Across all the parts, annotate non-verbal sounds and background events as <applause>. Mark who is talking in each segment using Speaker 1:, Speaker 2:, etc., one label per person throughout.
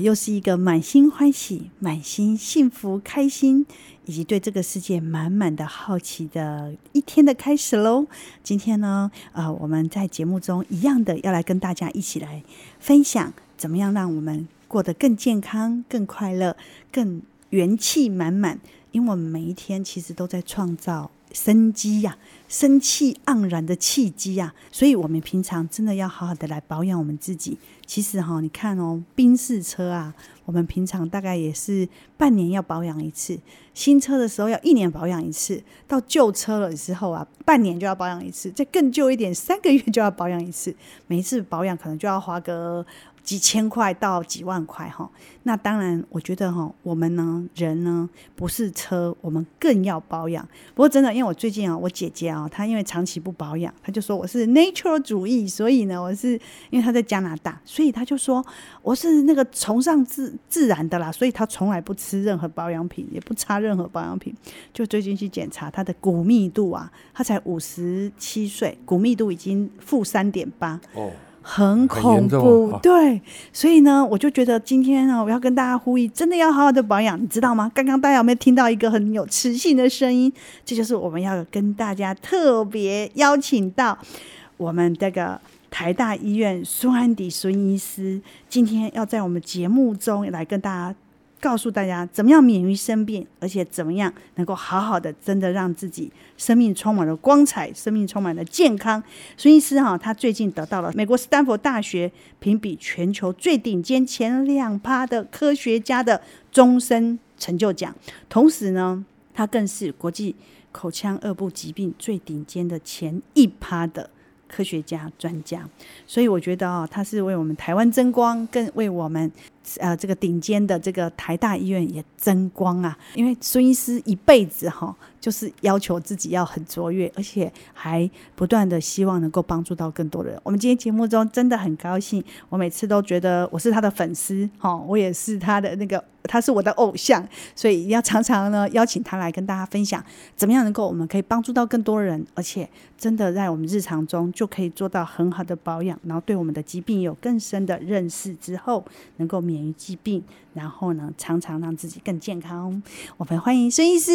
Speaker 1: 又是一个满心欢喜、满心幸福、开心，以及对这个世界满满的好奇的一天的开始喽。今天呢，呃，我们在节目中一样的要来跟大家一起来分享，怎么样让我们过得更健康、更快乐、更元气满满。因为我们每一天其实都在创造生机呀、生气盎然的契机呀、所以我们平常真的要好好的来保养我们自己。其实哈、你看哦，宾士车啊，我们平常大概也是半年要保养一次，新车的时候要一年保养一次，到旧车了之后啊，半年就要保养一次，再更旧一点，三个月就要保养一次。每一次保养可能就要花个几千块到几万块哈、那当然，我觉得哈、我们呢，人呢不是车，我们更要保养。不过真的，因为我最近啊，我姐姐啊，她因为长期不保养，她就说我是 nature 主义，所以呢，我是因为她在加拿大，所以她就说我是那个崇尚自自然的啦，所以她从来不吃任何保养品，也不擦任何保养品。就最近去检查她的骨密度啊，她才五十七岁，骨密度已经负三点八。
Speaker 2: 哦，
Speaker 1: 很恐
Speaker 2: 严重
Speaker 1: 怖，
Speaker 2: 哦
Speaker 1: 对，所以呢，我就觉得今天呢，我要跟大家呼吁，真的要好好的保养，你知道吗？刚刚大家有没有听到一个很有磁性的声音？这就是我们要跟大家特别邀请到我们这个台大医院孙安迪孙医师，今天要在我们节目中来跟大家。告诉大家怎么样免于生病，而且怎么样能够好好的，真的让自己生命充满了光彩，生命充满了健康。孙医师哈、他最近得到了美国斯坦福大学评比全球最顶尖前两趴的科学家的终身成就奖，同时呢，他更是国际口腔颚部疾病最顶尖的前一趴的。科学家、专家，所以我觉得啊、他是为我们台湾争光，更为我们呃这个顶尖的这个台大医院也争光啊。因为孙医师一辈子哈、就是要求自己要很卓越，而且还不断的希望能够帮助到更多人。我们今天节目中真的很高兴，我每次都觉得我是他的粉丝，哈、我也是他的那个，呃他是我的偶像，所以要常常呢邀请他来跟大家分享，怎么样能够我们可以帮助到更多人，而且真的在我们日常中就可以做到很好的保养，然后对我们的疾病有更深的认识之后，能够免于疾病，然后呢常常让自己更健康。哦我们欢迎孙医师。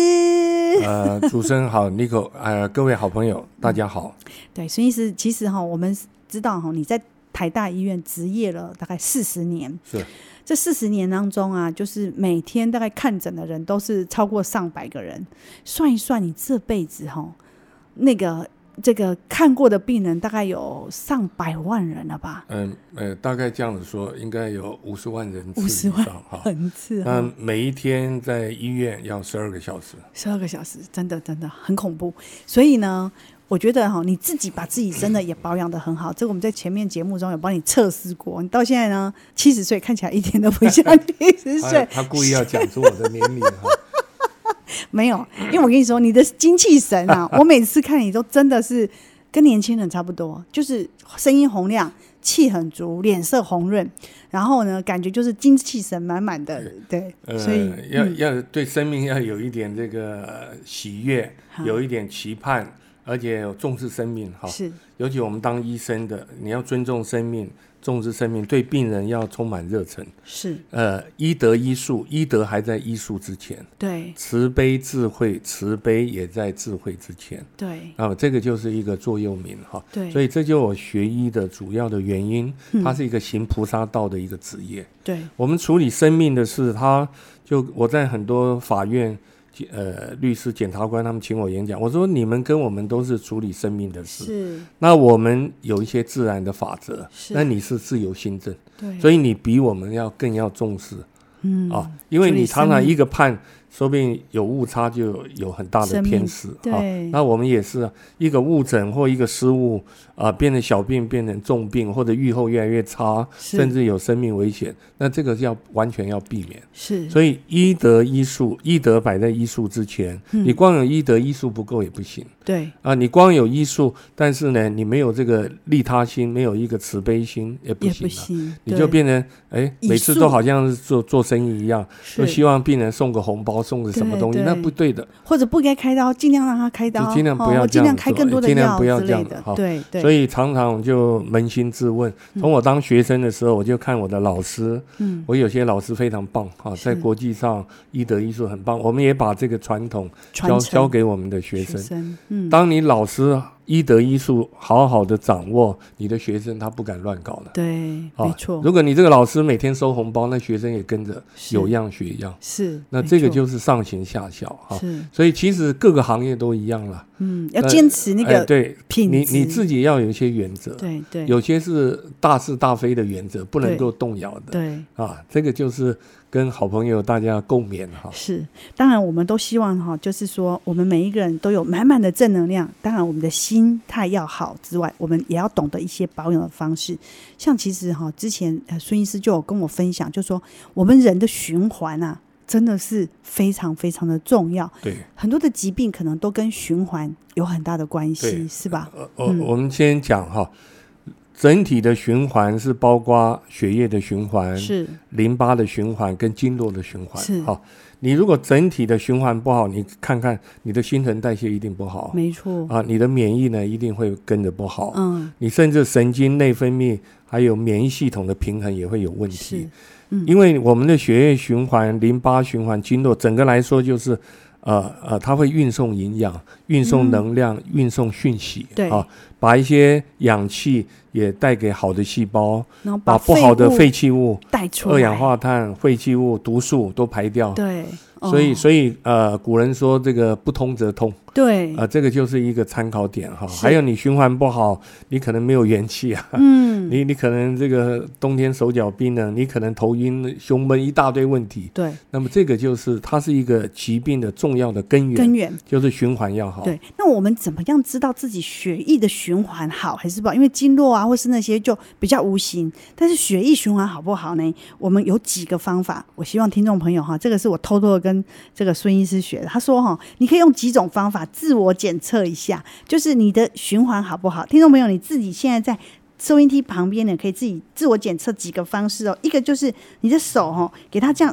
Speaker 2: 呃，主持人好，Nico，呃，各位好朋
Speaker 1: 嗯
Speaker 2: 友，大家好。
Speaker 1: 对，孙医师，其实哈，我们知道哈，你在台大医院执业了大概四十年，
Speaker 2: 是
Speaker 1: 这四十年当中啊，就是每天大概看诊的人都是超过上百个人，算一算，你这辈子哈，那个这个看过的病人大概有上百万人了吧？
Speaker 2: 嗯呃，大概这样子说，应该有五十万人次
Speaker 1: 50
Speaker 2: 以
Speaker 1: 万
Speaker 2: 上哈。
Speaker 1: 很次哦
Speaker 2: 那
Speaker 1: 哈，
Speaker 2: 每一天在医院要十二个小时，
Speaker 1: 十二个小时，真的真的很恐怖。所以呢。我觉得哈，你自己把自己真的也保养的很好，这个我们在前面节目中有帮你测试过。你到现在呢，七十岁看起来一点都不像七十
Speaker 2: 他
Speaker 1: 岁，
Speaker 2: 他故意要讲出我的年龄
Speaker 1: <laughs>
Speaker 2: 哈。
Speaker 1: 没有，因为我跟你说，你的精气神
Speaker 2: <laughs>
Speaker 1: 啊，我每次看你都真的是跟年轻人差不多，就是声音洪亮，气很足，脸色红润，然后呢，感觉就是精气神满满的，对，
Speaker 2: 呃
Speaker 1: 所以，嗯
Speaker 2: 要要对生命要有一点这个呃喜悦，有一点期盼，而且有重视生命哈。
Speaker 1: 是
Speaker 2: 尤其我们当医生的，你要尊重生命，重视生命，对病人要充满热忱。
Speaker 1: 是，
Speaker 2: 呃，医德医术，医德还在医术之前，
Speaker 1: 对
Speaker 2: 慈悲智慧，慈悲也在智慧之前。
Speaker 1: 对
Speaker 2: 那么这个就是一个座右铭哈。
Speaker 1: 对嗯
Speaker 2: 所以这就是我学医的主要的原因，它是一个行菩萨道的一个职业。
Speaker 1: 对，
Speaker 2: 我们处理生命的事，他就我在很多法院。呃，律师、检察官他们请我演讲，我说你们跟我们都是处理生命的事，
Speaker 1: 是，
Speaker 2: 那我们有一些自然的法则，
Speaker 1: 是
Speaker 2: 那你是自由新政，
Speaker 1: 对，
Speaker 2: 所以你比我们要更要重视，嗯啊，因为
Speaker 1: 处理
Speaker 2: 你常常
Speaker 1: 生命
Speaker 2: 一个判，说不定有误差就有有很大的
Speaker 1: 生命
Speaker 2: 偏失啊
Speaker 1: 对。
Speaker 2: 那我们也是啊一个误诊或一个失误啊、变成小病变成重病，或者愈后越来越差，
Speaker 1: 是
Speaker 2: 甚至有生命危险，那这个要完全要避免。
Speaker 1: 是
Speaker 2: 所以医德医术，医德摆在医术之前，
Speaker 1: 嗯
Speaker 2: 你光有医德医术不够也不行。
Speaker 1: 对
Speaker 2: 啊，你光有医术，但是呢，你没有这个利他心，没有一个慈悲心，也不
Speaker 1: 也
Speaker 2: 行
Speaker 1: 不
Speaker 2: 啊。
Speaker 1: 行，
Speaker 2: 你
Speaker 1: 对
Speaker 2: 就变成哎，
Speaker 1: 以
Speaker 2: 每次
Speaker 1: 术
Speaker 2: 都好像是做做生意一样，
Speaker 1: 是
Speaker 2: 都希望病人送个红包送的什么东西，
Speaker 1: 对
Speaker 2: 那
Speaker 1: 对
Speaker 2: 不对的。
Speaker 1: 或者不该开刀，尽量让他开刀，
Speaker 2: 就尽量不
Speaker 1: 哦
Speaker 2: 要
Speaker 1: 我
Speaker 2: 这
Speaker 1: 尽量
Speaker 2: 样
Speaker 1: 开
Speaker 2: 做
Speaker 1: 更多的
Speaker 2: 尽量
Speaker 1: 药
Speaker 2: 不要
Speaker 1: 之类
Speaker 2: 这样
Speaker 1: 的，
Speaker 2: 好
Speaker 1: 对对，嗯
Speaker 2: 所
Speaker 1: 以
Speaker 2: 以常常我就扪心自问。从我当学生的时候，我就看我的老师，
Speaker 1: 嗯
Speaker 2: 我有些老师非常棒啊，
Speaker 1: 是
Speaker 2: 在国际上医德医术很棒。我们也把这个传统
Speaker 1: 传
Speaker 2: 教
Speaker 1: 承
Speaker 2: 教给我们的学
Speaker 1: 学
Speaker 2: 生。
Speaker 1: 生，嗯，
Speaker 2: 当你老师医德医术好好的掌握，你的学生他不敢乱搞了。
Speaker 1: 对，
Speaker 2: 啊
Speaker 1: 没错，
Speaker 2: 如果你这个老师每天收红包，那学生也跟着
Speaker 1: 是
Speaker 2: 有样学样，
Speaker 1: 是，
Speaker 2: 那
Speaker 1: 没
Speaker 2: 这个
Speaker 1: 错
Speaker 2: 就是上行下效啊。
Speaker 1: 是，
Speaker 2: 所以其实各个行业都一样了。
Speaker 1: 嗯，要
Speaker 2: 呃
Speaker 1: 坚持那
Speaker 2: 哎，
Speaker 1: 个
Speaker 2: 对，
Speaker 1: 品
Speaker 2: 你你
Speaker 1: 质
Speaker 2: 自己要有一些原则，
Speaker 1: 对对
Speaker 2: 有些是大是大非的原则，不能够动摇的
Speaker 1: 对。
Speaker 2: 啊。这个就是跟好朋友大家共勉哈。
Speaker 1: 是，当然，我们都希望哈，就是说，我们每一个人都有满满的正能量。当然，我们的心态要好之外，我们也要懂得一些保养的方式。像其实哈，之前呃，孙医师就有跟我分享，就说我们人的循环啊，真的是非常非常的重要。
Speaker 2: 对，
Speaker 1: 很多的疾病可能都跟循环有很大的关系，
Speaker 2: 对
Speaker 1: 是吧？
Speaker 2: 呃，我
Speaker 1: 嗯
Speaker 2: 我们先讲哈，整体的循环是包括血液的循环、
Speaker 1: 是
Speaker 2: 淋巴的循环跟经络的循环
Speaker 1: 是。
Speaker 2: 好，你如果整体的循环不好，你看看你的新陈代谢一定不好
Speaker 1: 没错，
Speaker 2: 啊，你的免疫呢一定会跟着不好。
Speaker 1: 嗯，
Speaker 2: 你甚至神经内分泌还有免疫系统的平衡也会有问
Speaker 1: 是嗯
Speaker 2: 题，因为我们的血液循环、淋巴循环、经络，整个来说就是，呃呃，它会运送营养、运送能量、运送讯息，
Speaker 1: 嗯对
Speaker 2: 啊，把一些氧气也带给好的细胞，
Speaker 1: 然后
Speaker 2: 把不
Speaker 1: 废
Speaker 2: 好的
Speaker 1: 物
Speaker 2: 废弃物、
Speaker 1: 带出来，
Speaker 2: 二氧化碳、废弃物、毒素都排掉。
Speaker 1: 对，
Speaker 2: 所以，
Speaker 1: 哦
Speaker 2: 所以，呃，古人说这个不通则痛，
Speaker 1: 对，
Speaker 2: 啊、这个就是一个参考点哈。
Speaker 1: 嗯是
Speaker 2: 还有你循环不好，你可能没有元气啊，
Speaker 1: <laughs>
Speaker 2: <laughs>
Speaker 1: 嗯，
Speaker 2: 你你可能这个冬天手脚冰冷，你可能头晕、胸闷一大堆问题。
Speaker 1: 对，
Speaker 2: 那么这个就是它是一个疾病的重要的根源，
Speaker 1: 根源
Speaker 2: 就是循环要好。
Speaker 1: 对，那我们怎么样知道自己血液的循环好还是不好？因为经络啊，或是那些就比较无形，但是血液循环好不好呢？我们有几个方法，我希望听众朋友哈，这个是我偷偷的跟这个孙医师学的。他说哈，你可以用几种方法自我检测一下，就是你的循环好不好？听众朋友，你自己现在在。收音机旁边呢，可以自己自我检测几个方式哦。一个就是你的手哦，给它这样，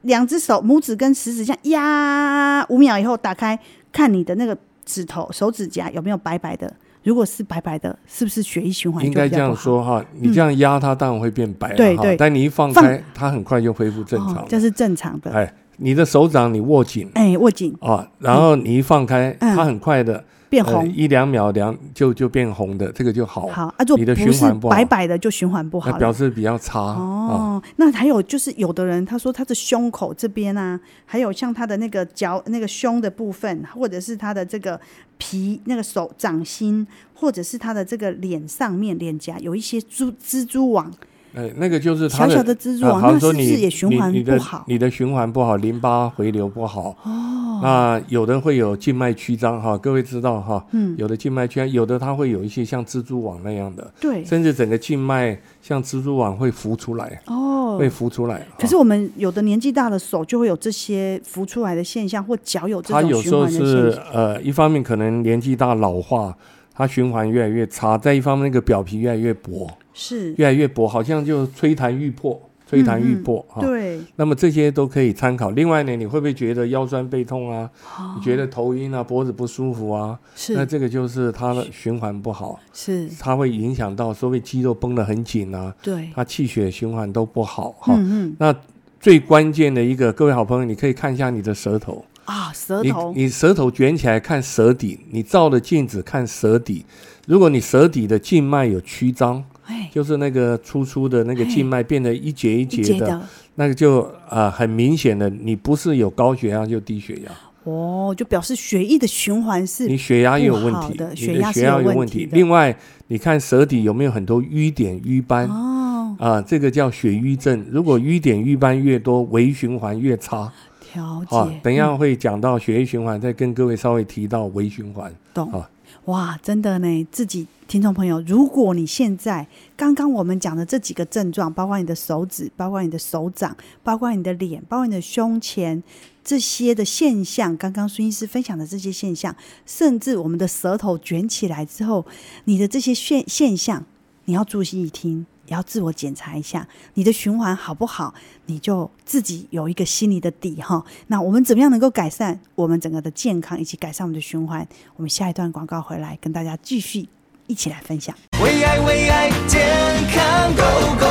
Speaker 1: 两只手拇指跟食指这样压五秒以后打开，看你的那个指头手指甲有没有白白的。如果是白白的，是不是血液循环就
Speaker 2: 应
Speaker 1: 比较
Speaker 2: 该这样
Speaker 1: 不好嗯
Speaker 2: 说哈，你这样压它当然会变白了哈，
Speaker 1: 对对
Speaker 2: 但你一放
Speaker 1: 放
Speaker 2: 开，它很快就恢复正常
Speaker 1: 哦
Speaker 2: 了。，
Speaker 1: 这是正常的。
Speaker 2: 哎，你的手掌你握紧
Speaker 1: 哎，握紧
Speaker 2: 啊，然后你一放开，
Speaker 1: 嗯
Speaker 2: 它很快的
Speaker 1: 变
Speaker 2: 呃
Speaker 1: 红，
Speaker 2: 一两秒两就就变红的，这个就好，
Speaker 1: 好啊，就
Speaker 2: 你的
Speaker 1: 不
Speaker 2: 循
Speaker 1: 是
Speaker 2: 环不好哎
Speaker 1: 白白的就循环不
Speaker 2: 那
Speaker 1: 好
Speaker 2: 表
Speaker 1: 了。
Speaker 2: 示比较差啊。
Speaker 1: 哦，那还有就是，有的人他说他的胸口这边啊，还有像他的那个脚、那个胸的部分，或者是他的这个皮、那个手掌心，或者是他的这个脸上面脸颊有一些蛛蜘蛛网，
Speaker 2: 哎，那个就是它
Speaker 1: 小
Speaker 2: 的
Speaker 1: 小的蜘蛛
Speaker 2: 啊，
Speaker 1: 网，
Speaker 2: 好
Speaker 1: 那是
Speaker 2: 像说
Speaker 1: 不
Speaker 2: 你
Speaker 1: 是也循环
Speaker 2: 你你
Speaker 1: 不
Speaker 2: 的
Speaker 1: 好？
Speaker 2: 你的循环不好，淋巴回流不好。哦，那有的会有静脉曲张哈，各位知道哈，嗯，有的静脉曲张，有的它会有一些像蜘蛛网那样的，
Speaker 1: 对，
Speaker 2: 甚至整个静脉像蜘蛛网会浮出来，
Speaker 1: 哦，
Speaker 2: 会浮出来。
Speaker 1: 可是我们有的年纪大的手就会有这些浮出来的现象，或脚有这
Speaker 2: 它
Speaker 1: 种
Speaker 2: 有
Speaker 1: 循
Speaker 2: 时候
Speaker 1: 环的现
Speaker 2: 是
Speaker 1: 象。
Speaker 2: 呃，一方面可能年纪大老化，它循环越来越差；再一方面，那个表皮越来越薄，
Speaker 1: 是，
Speaker 2: 越来越薄，好像就吹弹欲破，吹弹欲
Speaker 1: 嗯嗯
Speaker 2: 破哈。
Speaker 1: 对，
Speaker 2: 那么这些都可以参考。另外呢，你会不会觉得腰酸背痛啊？
Speaker 1: 哦
Speaker 2: 你觉得头晕啊，脖子不舒服啊？那
Speaker 1: 是
Speaker 2: 这个就是它的循环不好，
Speaker 1: 是，
Speaker 2: 它会影响到所谓肌肉绷得很紧啊，
Speaker 1: 对，
Speaker 2: 它气血循环都不好哈。
Speaker 1: 嗯嗯
Speaker 2: 那最关键的一个，各位好朋友，你可以看一下你的舌头，
Speaker 1: 啊，舌
Speaker 2: 你
Speaker 1: 头
Speaker 2: 你舌头卷起来看舌底，你照着镜子看舌底，如果你舌底的静脉有曲张，
Speaker 1: 哎，
Speaker 2: 就是那个粗粗的那个静脉变得一节一
Speaker 1: 一
Speaker 2: 节
Speaker 1: 节
Speaker 2: 的。
Speaker 1: 的
Speaker 2: 那个就啊、呃很明显的，你不是有高血压就低血压，
Speaker 1: 哦，就表示血液的循环是
Speaker 2: 你血压也有问
Speaker 1: 不好
Speaker 2: 题，
Speaker 1: 的
Speaker 2: 你
Speaker 1: 血压
Speaker 2: 的
Speaker 1: 是
Speaker 2: 血压
Speaker 1: 有
Speaker 2: 有
Speaker 1: 问
Speaker 2: 问
Speaker 1: 题
Speaker 2: 题。
Speaker 1: 的
Speaker 2: 另外，你看舌底有没有很多瘀点、瘀斑啊、
Speaker 1: 哦，
Speaker 2: 这个叫血瘀症。如果瘀点、瘀斑越多，微循环越差
Speaker 1: 调
Speaker 2: 啊
Speaker 1: 节。。
Speaker 2: 等一下会讲到血液循环，再跟各位稍微提到微循环。
Speaker 1: 懂、
Speaker 2: 啊
Speaker 1: 哇，真的呢！自己听众朋友，如果你现在刚刚我们讲的这几个症状，包括你的手指，包括你的手掌，包括你的脸，包括你的胸前这些的现象，刚刚孙医师分享的这些现象，甚至我们的舌头卷起来之后，你的这些现现象。你要注意听，也要自我检查一下你的循环好不好，你就自己有一个心里的底哈。那我们怎么样能够改善我们整个的健康，以及改善我们的循环？我们下一段广告回来跟大家继续一起来分享。
Speaker 3: 为爱为爱健康 Go Go Go！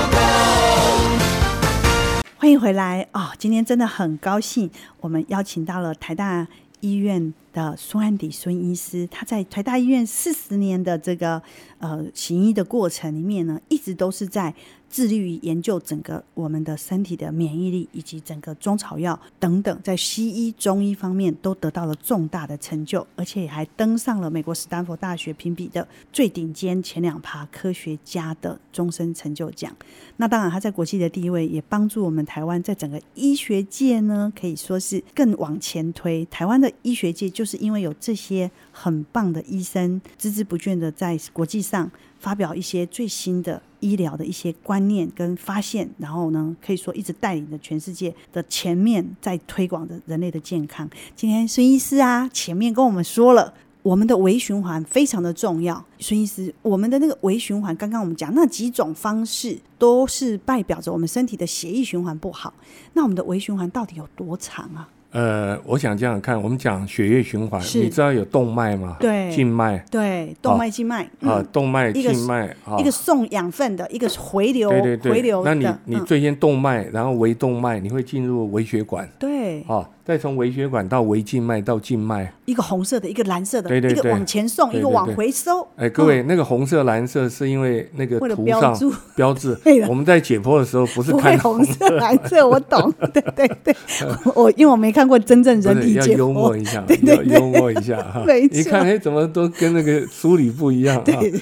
Speaker 1: 欢迎回来哦！今天真的很高兴，我们邀请到了台大医院的孙安迪孙医师。他在台大医院四十年的这个呃行医的过程里面呢，一直都是在致力于研究整个我们的身体的免疫力，以及整个中草药等等，在西医、中医方面都得到了重大的成就，而且还登上了美国斯坦福大学评比的最顶尖前两趴科学家的终身成就奖。那当然，他在国际的地位也帮助我们台湾在整个医学界呢，可以说是更往前推。台湾的医学界就是因为有这些很棒的医生，孜孜不倦的在国际上发表一些最新的医疗的一些观念跟发现，然后呢，可以说一直带领着全世界的前面在推广着人类的健康。今天孙医师啊，前面跟我们说了。我们的微循环非常的重要，孙医师，我们的那个微循环，刚刚我们讲那几种方式都是代表着我们身体的血液循环不好。那我们的微循环到底有多长啊？
Speaker 2: 呃，我想这样看，我们讲血液循环，
Speaker 1: 是
Speaker 2: 你知道有动脉吗？
Speaker 1: 对
Speaker 2: 静脉
Speaker 1: 对，动脉、静脉
Speaker 2: 啊，
Speaker 1: 嗯
Speaker 2: 动脉、
Speaker 1: 一个
Speaker 2: 静脉啊
Speaker 1: 一，个送养分的，一个回流，
Speaker 2: 对对对，
Speaker 1: 回流
Speaker 2: 那
Speaker 1: 的，
Speaker 2: 你你
Speaker 1: 嗯、
Speaker 2: 最先动脉，然后微动脉，你会进入微血管
Speaker 1: 对
Speaker 2: 啊，再从微血管到微静脉到静脉。
Speaker 1: 一个红色的，一个蓝色的，
Speaker 2: 对对
Speaker 1: 一个
Speaker 2: 对
Speaker 1: 往前送，
Speaker 2: 对
Speaker 1: 一个
Speaker 2: 对
Speaker 1: 往
Speaker 2: 对
Speaker 1: 回收。嗯
Speaker 2: 哎，各位，那个红色、蓝色是因为那个
Speaker 1: 为了
Speaker 2: 图
Speaker 1: 标
Speaker 2: 上
Speaker 1: 注
Speaker 2: 标志
Speaker 1: <laughs> 对了。
Speaker 2: 我们在解剖的时候不是
Speaker 1: 不会
Speaker 2: 看到
Speaker 1: 红色、蓝色，我
Speaker 2: <laughs>
Speaker 1: 懂。对对对，我因为我没看过真正人
Speaker 2: 不
Speaker 1: 体
Speaker 2: 是要
Speaker 1: 解
Speaker 2: 幽默
Speaker 1: 剖，
Speaker 2: 一下，
Speaker 1: <laughs> 对对对。
Speaker 2: 要幽默一下哈
Speaker 1: <laughs> 没
Speaker 2: 你看，
Speaker 1: 错
Speaker 2: 哎，怎么都跟那个书里不一样啊
Speaker 1: 对？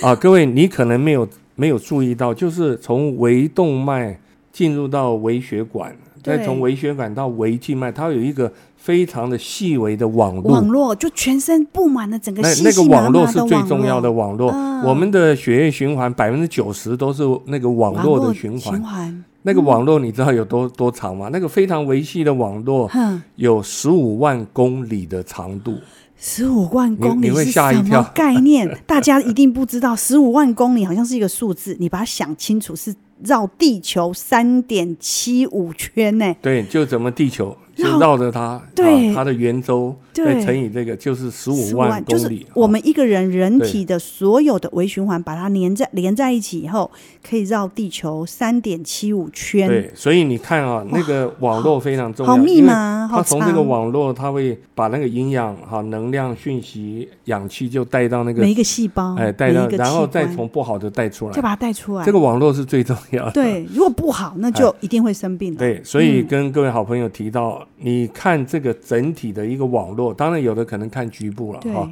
Speaker 2: 啊，各位，你可能没有没有注意到，就是从微动脉进入到微血管，
Speaker 1: 对
Speaker 2: 再从微血管到微静脉，它有一个非常的细微的网络。
Speaker 1: 网络就全身布满了整个
Speaker 2: 那
Speaker 1: 细
Speaker 2: 那个
Speaker 1: 细麻
Speaker 2: 网
Speaker 1: 麻
Speaker 2: 络
Speaker 1: 的
Speaker 2: 是最重要的
Speaker 1: 网
Speaker 2: 网络，
Speaker 1: 啊
Speaker 2: 我们的血液循环百分之九十都是那个网络的循环。
Speaker 1: 环，嗯
Speaker 2: 那个网络你知道有多多长吗？那个非常维系的网络
Speaker 1: 哼，
Speaker 2: 有十五万公里的长度。
Speaker 1: 十五万公里
Speaker 2: 你会
Speaker 1: 是
Speaker 2: 吓一
Speaker 1: 什么
Speaker 2: 跳
Speaker 1: 概
Speaker 2: <laughs>
Speaker 1: 念？大家一定不知道，十五万公里好像是一个数字，你把它想清楚，是绕地球三点七五圈呢。
Speaker 2: 对，就怎么地球
Speaker 1: 绕
Speaker 2: 就绕着它，
Speaker 1: 对
Speaker 2: 啊、它的圆周
Speaker 1: 对
Speaker 2: 再乘以这个，就是十五
Speaker 1: 15
Speaker 2: 万
Speaker 1: 就
Speaker 2: 公
Speaker 1: 是
Speaker 2: 里。
Speaker 1: 我
Speaker 2: 啊
Speaker 1: 们一个人人体的所有的微循环，把它连在连在一起以后，可以绕地球三点七五圈。
Speaker 2: 对，所以你看啊，那个网络非常重要，
Speaker 1: 好密
Speaker 2: 因为
Speaker 1: 码好
Speaker 2: 它从这个
Speaker 1: 长
Speaker 2: 网络，它会把那个营养、哈能量、讯息、氧气就带到那个
Speaker 1: 每一个细胞，
Speaker 2: 哎，带
Speaker 1: 每
Speaker 2: 到
Speaker 1: 一，个
Speaker 2: 然后
Speaker 1: 器
Speaker 2: 再
Speaker 1: 官
Speaker 2: 从不好的带出
Speaker 1: 再
Speaker 2: 来。
Speaker 1: 把它带出来。
Speaker 2: 这个网络是最重 <laughs> 要的。
Speaker 1: 对，如果不好，那就一定会生病了。
Speaker 2: 哎对，所以
Speaker 1: 嗯
Speaker 2: 跟各位好朋友提到，你看这个整体的一个网络，当然有的可能看局部了
Speaker 1: 对，
Speaker 2: 哈。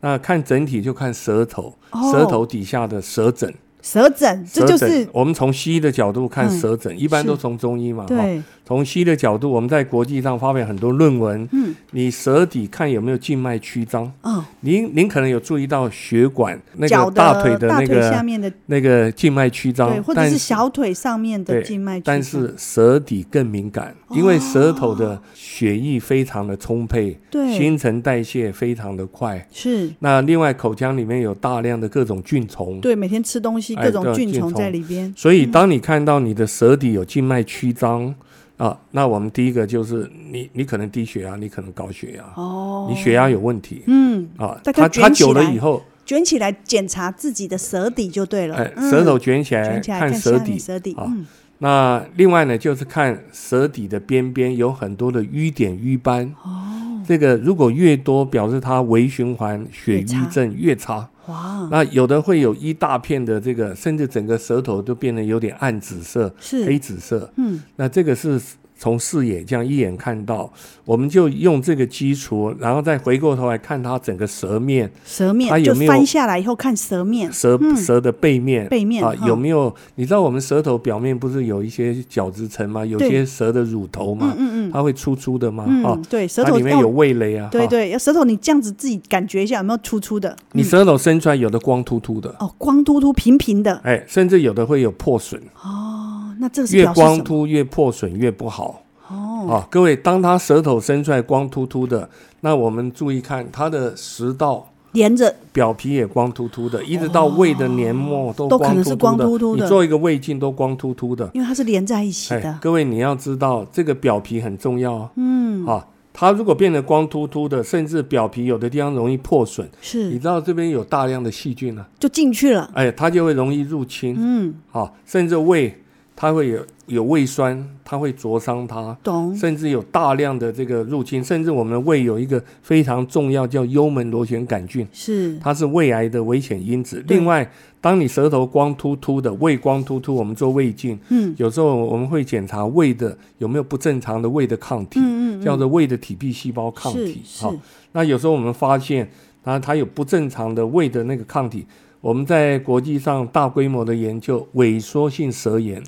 Speaker 2: 那看整体就看舌头，
Speaker 1: 哦
Speaker 2: 舌头底下的舌诊，
Speaker 1: 舌诊，这就
Speaker 2: 舌诊
Speaker 1: 是
Speaker 2: 我们从西医的角度看
Speaker 1: 嗯
Speaker 2: 舌诊，一般
Speaker 1: 是
Speaker 2: 都从中医嘛，哈。
Speaker 1: 对，
Speaker 2: 从西医的角度，我们在国际上发表很多论文，
Speaker 1: 嗯，
Speaker 2: 你舌底看有没有静脉曲张，
Speaker 1: 嗯，
Speaker 2: 您您可能有注意到血管哦那
Speaker 1: 脚
Speaker 2: 个大腿的
Speaker 1: 大
Speaker 2: 那
Speaker 1: 腿下
Speaker 2: 个
Speaker 1: 面的
Speaker 2: 那个静脉曲张
Speaker 1: 对，，或者
Speaker 2: 但
Speaker 1: 是小腿上面的
Speaker 2: 对
Speaker 1: 静脉曲张，哦
Speaker 2: 但是舌底更敏感，因为舌头的血液非常的充沛，
Speaker 1: 对
Speaker 2: 新陈代谢非常的快。
Speaker 1: 是
Speaker 2: 那另外，口腔里面有大量的各种菌虫，
Speaker 1: 对每天吃东西
Speaker 2: 哎
Speaker 1: 各种
Speaker 2: 对
Speaker 1: 菌
Speaker 2: 菌
Speaker 1: 虫
Speaker 2: 虫
Speaker 1: 在里边，
Speaker 2: 所以当你看到你的舌底有静脉曲张啊，那我们第一个就是你，你可能低血压，你可能高血压，
Speaker 1: 哦，
Speaker 2: 你血压有问题
Speaker 1: 嗯，
Speaker 2: 啊，
Speaker 1: 大家
Speaker 2: 它它
Speaker 1: 卷起
Speaker 2: 久了
Speaker 1: 来
Speaker 2: 以后，
Speaker 1: 卷起来检查自己的舌底就对了，
Speaker 2: 哎，
Speaker 1: 嗯
Speaker 2: 舌头卷起来
Speaker 1: 卷起来看
Speaker 2: 看
Speaker 1: 下
Speaker 2: 舌
Speaker 1: 面
Speaker 2: 底，
Speaker 1: 舌底，
Speaker 2: 啊
Speaker 1: 嗯，
Speaker 2: 那另外呢，就是看舌底的边边有很多的淤点、淤斑。哦，这个如果越多，表示它微循环血瘀症越差。
Speaker 1: 哇，
Speaker 2: 那有的会有一大片的这个，甚至整个舌头都变得有点暗紫色、黑
Speaker 1: 是，
Speaker 2: 紫色。
Speaker 1: 嗯，
Speaker 2: 那这个是从视野这样一眼看到，我们就用这个基础，然后再回过头来看它整个舌面、
Speaker 1: 舌
Speaker 2: 它
Speaker 1: 面就
Speaker 2: 有没有
Speaker 1: 翻下来以后看舌面，
Speaker 2: 舌、
Speaker 1: 嗯
Speaker 2: 舌的背面，
Speaker 1: 背面
Speaker 2: 啊
Speaker 1: 哈
Speaker 2: 有没有？你知道我们舌头表面不是有一些角质层吗？有
Speaker 1: 对
Speaker 2: 些舌的乳头嘛，
Speaker 1: 嗯嗯
Speaker 2: 它会粗粗的吗？
Speaker 1: 嗯，
Speaker 2: 啊
Speaker 1: 嗯，，对，舌头
Speaker 2: 它里面
Speaker 1: 要
Speaker 2: 有味蕾啊。
Speaker 1: 对嗯
Speaker 2: 啊
Speaker 1: 对，要舌头你这样子自己感觉一下有没有突出的，嗯
Speaker 2: 你舌头伸出来有的光秃秃的，
Speaker 1: 哦，光秃秃平平的，
Speaker 2: 哎，甚至有的会有破损，
Speaker 1: 哦，那这个是
Speaker 2: 越
Speaker 1: 表示
Speaker 2: 光
Speaker 1: 什么
Speaker 2: 秃越破损越不好
Speaker 1: 哦，
Speaker 2: 啊。各位，当它舌头伸出来光秃秃的，那我们注意看它的食道
Speaker 1: 连着
Speaker 2: 表皮也光秃秃的，一直到胃的黏膜都
Speaker 1: 哦都可能
Speaker 2: 光
Speaker 1: 是
Speaker 2: 秃
Speaker 1: 光
Speaker 2: 秃
Speaker 1: 秃秃的
Speaker 2: 你做一个胃镜都光秃秃的。哎
Speaker 1: 因为它是连在一起的。
Speaker 2: 各位你要知道，这个表皮很重要啊。嗯，啊，它如果变得光秃秃的，甚至表皮有的地方容易破损，你
Speaker 1: 是
Speaker 2: 知道这边有大量的细菌啊，
Speaker 1: 就进去了，
Speaker 2: 哎，它就会容易入侵。
Speaker 1: 嗯，
Speaker 2: 啊，甚至胃它会有有胃酸，它会灼伤它，
Speaker 1: 懂，
Speaker 2: 甚至有大量的这个入侵，甚至我们的胃有一个非常重要叫幽门螺旋杆菌，
Speaker 1: 是
Speaker 2: 它是胃癌的危险因子。
Speaker 1: 对
Speaker 2: 另外，当你舌头光秃秃的，胃光秃秃，我们做胃镜，
Speaker 1: 嗯，
Speaker 2: 有时候我们会检查胃的有没有不正常的胃的抗体，
Speaker 1: 嗯嗯嗯
Speaker 2: 叫做胃的体壁细胞抗
Speaker 1: 是
Speaker 2: 体。好
Speaker 1: 是，
Speaker 2: 那有时候我们发现它它有不正常的胃的那个抗体，我们在国际上大规模的研究萎缩性舌炎，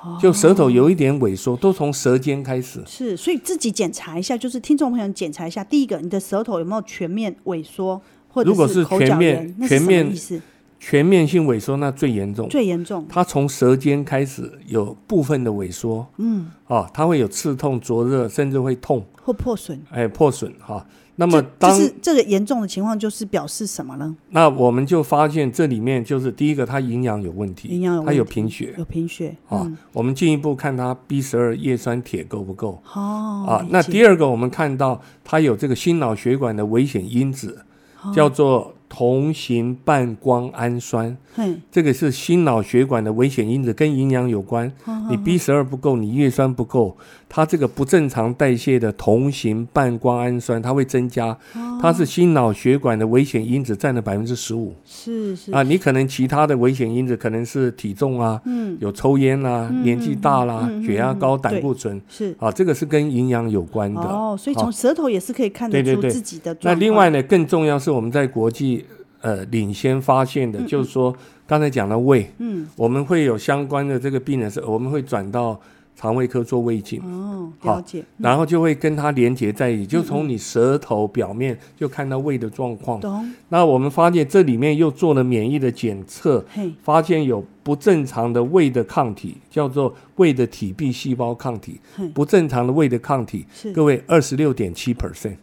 Speaker 1: 哦
Speaker 2: 就舌头有一点萎缩，都从舌尖开始。
Speaker 1: 是，所以自己检查一下，就是听众朋友检查一下，第一个，你的舌头有没有全面萎缩，或者
Speaker 2: 如果是
Speaker 1: 口角
Speaker 2: 全面
Speaker 1: 炎，那是
Speaker 2: 全
Speaker 1: 什么
Speaker 2: 面
Speaker 1: 意思？
Speaker 2: 全面性萎缩那最严重，
Speaker 1: 最严重，
Speaker 2: 它从舌尖开始有部分的萎缩，
Speaker 1: 嗯，
Speaker 2: 啊，它会有刺痛、灼热，甚至会痛，
Speaker 1: 或破损。
Speaker 2: 哎，破损哈、那
Speaker 1: 那
Speaker 2: 么
Speaker 1: 这
Speaker 2: 当
Speaker 1: 是这个严重的情况，就是表示什么呢？
Speaker 2: 那我们就发现这里面就是第一个，它营养有问题，
Speaker 1: 营养有
Speaker 2: 它有
Speaker 1: 问题
Speaker 2: 贫血
Speaker 1: 有贫血
Speaker 2: 啊、
Speaker 1: 嗯
Speaker 2: 我们进一步看它 B 十二叶酸铁够不够
Speaker 1: 哦
Speaker 2: 啊、那第
Speaker 1: 二
Speaker 2: 二个，我们看到它有这个心脑血管的危险因子，
Speaker 1: 哦
Speaker 2: 叫做同型半胱氨酸。
Speaker 1: 嘿，
Speaker 2: 这个是心脑血管的危险因子，跟营养有关。
Speaker 1: 哦
Speaker 2: 你 B 十二不够，你叶酸不够，它这个不正常代谢的同型半胱氨酸，它会增加，
Speaker 1: 哦
Speaker 2: 它是心脑血管的危险因子占了百分之十五
Speaker 1: 是是
Speaker 2: 啊。你可能其他的危险因子可能是体重啊，
Speaker 1: 嗯
Speaker 2: 有抽烟啦、年纪大啦、
Speaker 1: 嗯嗯嗯
Speaker 2: 血压高、
Speaker 1: 嗯
Speaker 2: 胆固醇
Speaker 1: 是
Speaker 2: 啊，这个是跟营养有关的。
Speaker 1: 哦，所以
Speaker 2: 啊
Speaker 1: 从舌头也是可以看得
Speaker 2: 对对
Speaker 1: 出
Speaker 2: 对
Speaker 1: 自己的状
Speaker 2: 那
Speaker 1: 况。
Speaker 2: 另外呢，更重要是我们在国际呃领先发现的，就是说刚才讲到胃，
Speaker 1: 嗯，
Speaker 2: 我们会有相关的这个病人是，我们会转到肠胃科做胃镜，
Speaker 1: 哦，嗯
Speaker 2: 好
Speaker 1: 了解，
Speaker 2: 然后就会跟它连接在一起，就从你舌头表面就看到胃的状况。
Speaker 1: 懂
Speaker 2: 那我们发现这里面又做了免疫的检测，
Speaker 1: 嘿，
Speaker 2: 发现有不正常的胃的抗体，叫做胃的体壁细胞抗体
Speaker 1: 嗯，
Speaker 2: 不正常的胃的抗体
Speaker 1: 是，哦
Speaker 2: 各位二十六点七 percent，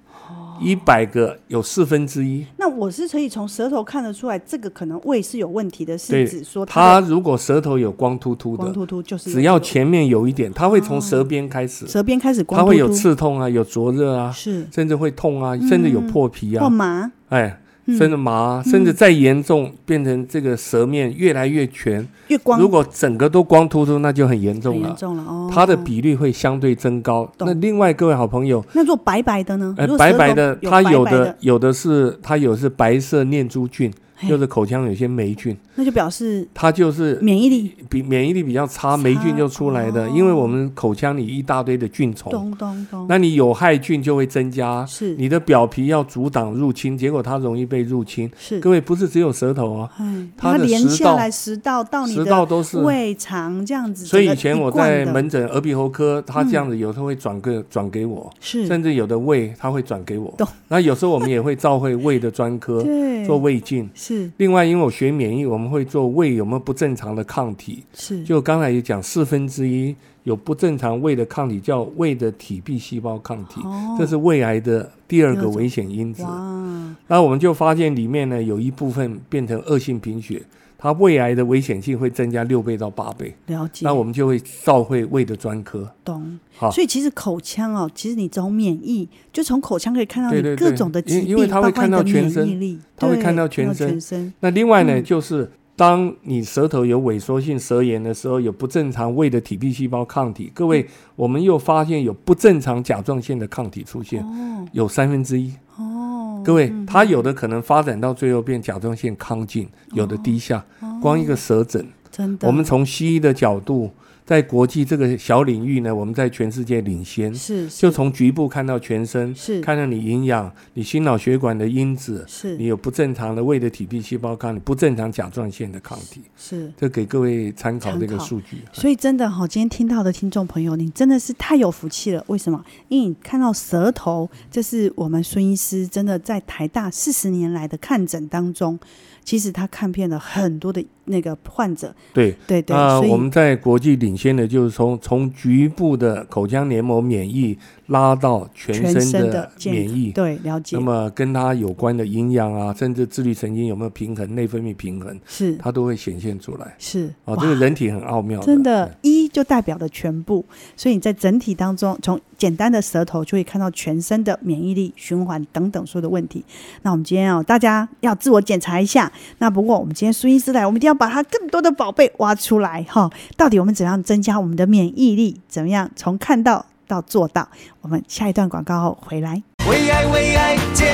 Speaker 2: 一百个有四分之一。
Speaker 1: 那我是可以从舌头看得出来，这个可能胃是有问题的，是
Speaker 2: 对
Speaker 1: 指说
Speaker 2: 它
Speaker 1: 它
Speaker 2: 如果舌头有光秃秃
Speaker 1: 的光
Speaker 2: 的，
Speaker 1: 秃秃，就是有
Speaker 2: 只要
Speaker 1: 这
Speaker 2: 前面有一点，它会从舌边开始
Speaker 1: 个，舌边开始光
Speaker 2: 它
Speaker 1: 秃秃，
Speaker 2: 会有刺痛啊，有灼热啊，
Speaker 1: 是
Speaker 2: 甚至会痛啊，甚至有破皮
Speaker 1: 或
Speaker 2: 啊，
Speaker 1: 麻，嗯
Speaker 2: 哎，甚至麻啊，甚至再严重变成这个舌面越来越全。
Speaker 1: 越光
Speaker 2: 如果整个都光秃秃，那就很严
Speaker 1: 很
Speaker 2: 重
Speaker 1: 严
Speaker 2: 了。
Speaker 1: 重了哦。
Speaker 2: 它的比率会相对增高。
Speaker 1: 懂
Speaker 2: 那另外各位好朋友，
Speaker 1: 那如果白白的呢？
Speaker 2: 呃
Speaker 1: 如，果舌
Speaker 2: 白
Speaker 1: 头
Speaker 2: 白的，它有
Speaker 1: 白白
Speaker 2: 的有的是它有的是白色念珠菌，
Speaker 1: 嘿
Speaker 2: 就是口腔有些霉菌，
Speaker 1: 那就表示
Speaker 2: 它就是
Speaker 1: 免疫力
Speaker 2: 比免疫力比较差，霉菌就出来的。
Speaker 1: 嗯哦
Speaker 2: 因为我们口腔里一大堆的菌虫，
Speaker 1: 咚咚咚，
Speaker 2: 那你有害菌就会增加，
Speaker 1: 是
Speaker 2: 你的表皮要阻挡入侵，结果它容易被入侵。
Speaker 1: 是
Speaker 2: 各位不是只有舌头啊，
Speaker 1: 哎，
Speaker 2: 它
Speaker 1: 它
Speaker 2: 的
Speaker 1: 连
Speaker 2: 食
Speaker 1: 下
Speaker 2: 道
Speaker 1: 来食道到你
Speaker 2: 食道
Speaker 1: 的
Speaker 2: 都是。
Speaker 1: 胃肠这样子，
Speaker 2: 所以
Speaker 1: 整个
Speaker 2: 以前
Speaker 1: 一
Speaker 2: 我
Speaker 1: 贯
Speaker 2: 在
Speaker 1: 的嗯
Speaker 2: 门诊耳鼻喉科，他这样子有时候会转个转给我，
Speaker 1: 是
Speaker 2: 甚至有的胃他会转给我
Speaker 1: 懂。
Speaker 2: 那有时候我们也会照会胃的专科
Speaker 1: 对
Speaker 2: 做胃镜。
Speaker 1: 是
Speaker 2: 另外，因为我学免疫，我们会做胃有没有不正常的抗体。
Speaker 1: 是
Speaker 2: 就刚才也讲，四分之一有不正常胃的抗体，叫胃的体壁细胞抗体，
Speaker 1: 哦
Speaker 2: 这是胃癌的第
Speaker 1: 第
Speaker 2: 二
Speaker 1: 二
Speaker 2: 个
Speaker 1: 种
Speaker 2: 危险因子。
Speaker 1: 哇
Speaker 2: 那我们就发现里面呢有一部分变成恶性贫血，它胃癌的危险性会增加六倍到八倍。
Speaker 1: 了解
Speaker 2: 那我们就会召会胃的专科。
Speaker 1: 懂
Speaker 2: 好，
Speaker 1: 所以其实口腔哦，其实你从免疫，就从口腔可以看到
Speaker 2: 对
Speaker 1: 你
Speaker 2: 对
Speaker 1: 各
Speaker 2: 对
Speaker 1: 种的
Speaker 2: 因
Speaker 1: 疾
Speaker 2: 因
Speaker 1: 病，
Speaker 2: 为
Speaker 1: 包
Speaker 2: 它
Speaker 1: 括
Speaker 2: 会
Speaker 1: 你
Speaker 2: 看
Speaker 1: 的
Speaker 2: 到全
Speaker 1: 免
Speaker 2: 身
Speaker 1: 疫力，
Speaker 2: 它会
Speaker 1: 对
Speaker 2: 看到全
Speaker 1: 全
Speaker 2: 身那另外呢，
Speaker 1: 嗯
Speaker 2: 就是当你舌头有萎缩性舌炎的时候，有不正常胃的体壁细胞抗体。各
Speaker 1: 嗯
Speaker 2: 位，我们又发现有不正常甲状腺的抗体出现，
Speaker 1: 哦
Speaker 2: 有三分之一。
Speaker 1: 哦，
Speaker 2: 各位，它有的可能发展到最后变甲状腺亢进，有的低下。
Speaker 1: 哦
Speaker 2: 光一个舌诊，
Speaker 1: 真的，
Speaker 2: 我们从西医的角度，在国际这个小领域呢，我们在全世界领先。
Speaker 1: 是
Speaker 2: 就是从局部看到全身，
Speaker 1: 是
Speaker 2: 看到你营养、你心脑血管的因子，你
Speaker 1: 是
Speaker 2: 有不正常的胃的体壁细胞抗体，不正常甲状腺的抗体，
Speaker 1: 是
Speaker 2: 这给各位参考这个
Speaker 1: 参考
Speaker 2: 数据。
Speaker 1: 所以真的哈、今天听到的听众朋友，你真的是太有福气了。为什么？因为你看到舌头，这是我们孙医师真的在台大四十年来的看诊当中，其实它看遍了很多的那个患者，
Speaker 2: 对，
Speaker 1: 对对，
Speaker 2: 那
Speaker 1: 所以
Speaker 2: 啊我们在国际领先的就是从从局部的口腔黏膜免疫拉到全
Speaker 1: 全
Speaker 2: 身
Speaker 1: 身
Speaker 2: 的
Speaker 1: 健
Speaker 2: 免疫，
Speaker 1: 对了解
Speaker 2: 那么跟它有关的营养啊，甚至自律神经有没有平衡、内分泌平衡，
Speaker 1: 是
Speaker 2: 它都会显现出来。
Speaker 1: 是
Speaker 2: 啊，
Speaker 1: 哇
Speaker 2: 这个人嗯体很奥妙的，
Speaker 1: 真的，一就代表了全部，所以你在整体当中，从简单的舌头就会看到全身的免疫力、循环等等所有的问题。那我们今天哦，大家要自我检查一下。那不过我们今天苏医师来，我们一定要把他更多的宝贝挖出来哈。到底我们怎样增加我们的免疫力？怎么样从看到到做到？我们下一段广告后回来。
Speaker 3: 为爱为爱健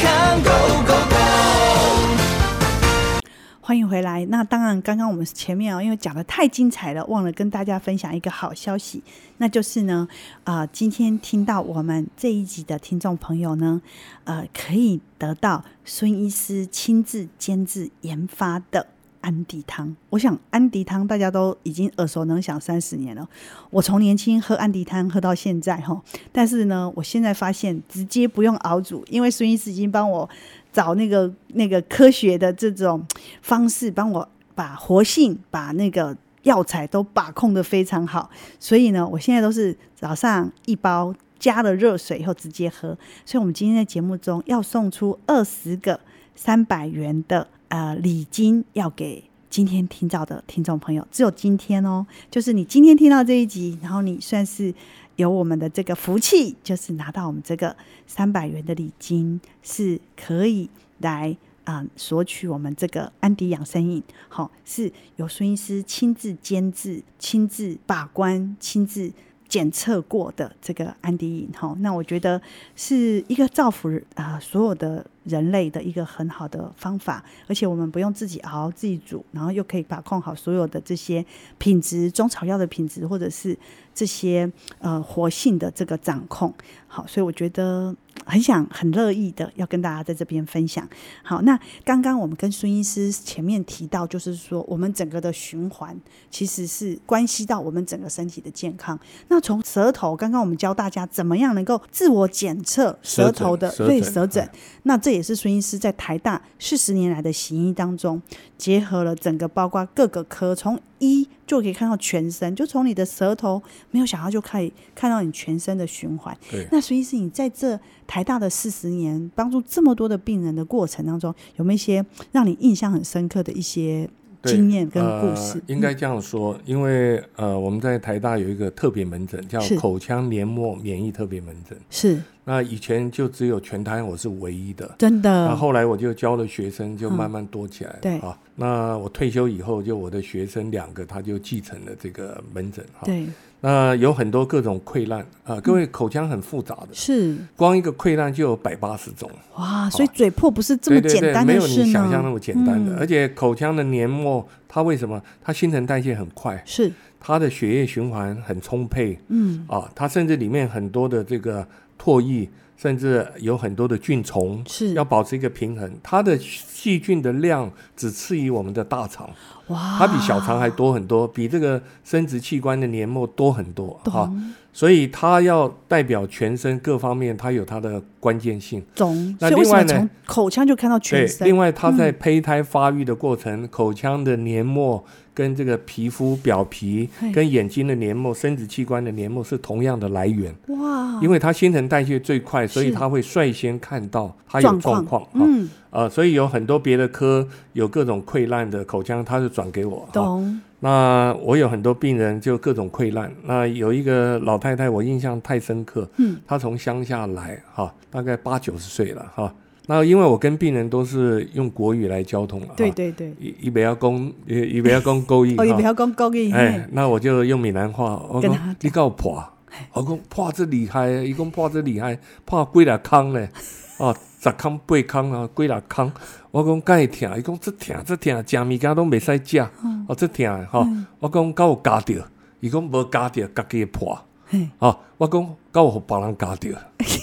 Speaker 3: 康 Go Go Go，
Speaker 1: 欢迎回来。那当然，刚刚我们前面啊、因为讲的太精彩了，忘了跟大家分享一个好消息，那就是呢，啊，今天听到我们这一集的听众朋友呢，呃，可以得到孙医师亲自监制研发的。安迪汤，我想安迪汤大家都已经耳熟能详三十年了。我从年轻喝安迪汤喝到现在哈，但是呢，我现在发现直接不用熬煮，因为孙医师已经帮我找那个那个科学的这种方式，帮我把活性、把那个药材都把控的非常好。所以呢，我现在都是早上一包加了热水以后直接喝。所以我们今天在节目中要送出二十个三百元的呃礼金，要给今天听到的听众朋友，只有今天哦，就是你今天听到这一集，然后你算是。有我们的这个福气，就是拿到我们这个三百元的礼金，是可以来啊、索取我们这个安迪养生饮，好、是由孙医师亲自监制、亲自把关、亲自检测过的这个安迪饮，哈、那我觉得是一个造福啊、所有的人类的一个很好的方法，而且我们不用自己熬、自己煮，然后又可以把控好所有的这些品质、中草药的品质，或者是这些呃活性的这个掌控。好，所以我觉得很想、很乐意的要跟大家在这边分享。好，那刚刚我们跟孙医师前面提到，就是说我们整个的循环其实是关系到我们整个身体的健康。那从舌头，刚刚我们教大家怎么样能够自我检测舌头的
Speaker 2: 舌诊
Speaker 1: 对
Speaker 2: 舌诊哎
Speaker 1: 舌诊，那这也是孙医师在台大四十年来的行医当中，结合了整个包括各个科，从一就可以看到全身，就从你的舌头，没有想到就可以看到你全身的循环。
Speaker 2: 对
Speaker 1: 那孙医师，你在这台大的四十年帮助这么多的病人的过程当中，有没有一些让你印象很深刻的一些
Speaker 2: 对
Speaker 1: 经验跟故事嗯
Speaker 2: 呃？应该这样说，因为呃，我们在台大有一个特别门诊，叫
Speaker 1: 是
Speaker 2: 口腔黏膜免疫特别门诊。
Speaker 1: 是
Speaker 2: 那以前就只有全台我是唯一的，
Speaker 1: 真
Speaker 2: 那
Speaker 1: 的，
Speaker 2: 后来我就教了学生，就慢慢多起来了。
Speaker 1: 嗯对
Speaker 2: 啊，那我退休以后，就我的学生两个，他就继承了这个门诊哈。
Speaker 1: 对
Speaker 2: 那有很多各种溃烂啊，各位口腔很复杂的，
Speaker 1: 是
Speaker 2: 光一个溃烂就有百八十种，
Speaker 1: 哇，所以嘴破不是这么
Speaker 2: 对对
Speaker 1: 简
Speaker 2: 对
Speaker 1: 单
Speaker 2: 没
Speaker 1: 的
Speaker 2: 有
Speaker 1: 事
Speaker 2: 你想象那
Speaker 1: 呢，
Speaker 2: 么简单的。
Speaker 1: 嗯
Speaker 2: 而且口腔的黏膜，它为什么它新陈代谢很快，
Speaker 1: 是
Speaker 2: 它的血液循环很充沛
Speaker 1: 嗯
Speaker 2: 啊，它甚至里面很多的这个唾液，甚至有很多的菌虫，
Speaker 1: 是
Speaker 2: 要保持一个平衡。它的细菌的量只次于我们的大肠，
Speaker 1: 哇，
Speaker 2: 它比小肠还多很多，比这个生殖器官的黏膜多很多哈、
Speaker 1: 懂
Speaker 2: 所以它要代表全身各方面，它有它的关键性。
Speaker 1: 懂，
Speaker 2: 那
Speaker 1: 所以为什
Speaker 2: 另外
Speaker 1: 么
Speaker 2: 呢
Speaker 1: 从口腔就看到
Speaker 2: 对
Speaker 1: 全，身？嗯
Speaker 2: 另外它在胚胎发育的过程，口腔的黏膜跟这个皮肤表皮
Speaker 1: 嘿、
Speaker 2: 跟眼睛的黏膜、生殖器官的黏膜是同样的来源，
Speaker 1: 哇，
Speaker 2: 因为它新陈代谢最快，所以
Speaker 1: 哦是
Speaker 2: 它会率先看到它有
Speaker 1: 状
Speaker 2: 状况。哈
Speaker 1: 嗯，
Speaker 2: 呃，所以有很多别的科有各种溃烂的口腔，他就转给我。哈
Speaker 1: 懂
Speaker 2: 那我有很多病人就各种溃烂。那有一个老太太，我印象太深刻。
Speaker 1: 嗯，
Speaker 2: 她从乡下来哈，大概八九十岁了哈。那因为我跟病人都是用国语来沟通了哈，
Speaker 1: 对对对，
Speaker 2: 一一不要讲，一一不要讲国语
Speaker 1: 哦，
Speaker 2: 哈。
Speaker 1: 也不要讲高给，
Speaker 2: 哎
Speaker 1: 嘿，
Speaker 2: 那我就用闽南话，我
Speaker 1: 跟
Speaker 2: 讲
Speaker 1: 他讲
Speaker 2: 你搞破，我讲破这厉害，伊讲破这厉害，破几啦
Speaker 1: <laughs>
Speaker 2: 空咧，哦，十空八空啊，几啦空，我讲敢会疼，伊讲这疼这疼，食物件拢袂使食，
Speaker 1: 嗯
Speaker 2: 哦，这疼的吼，我讲敢有夹着，伊讲无夹着，家己会破，
Speaker 1: 嘿，
Speaker 2: 哦，我讲敢有互别人夹着，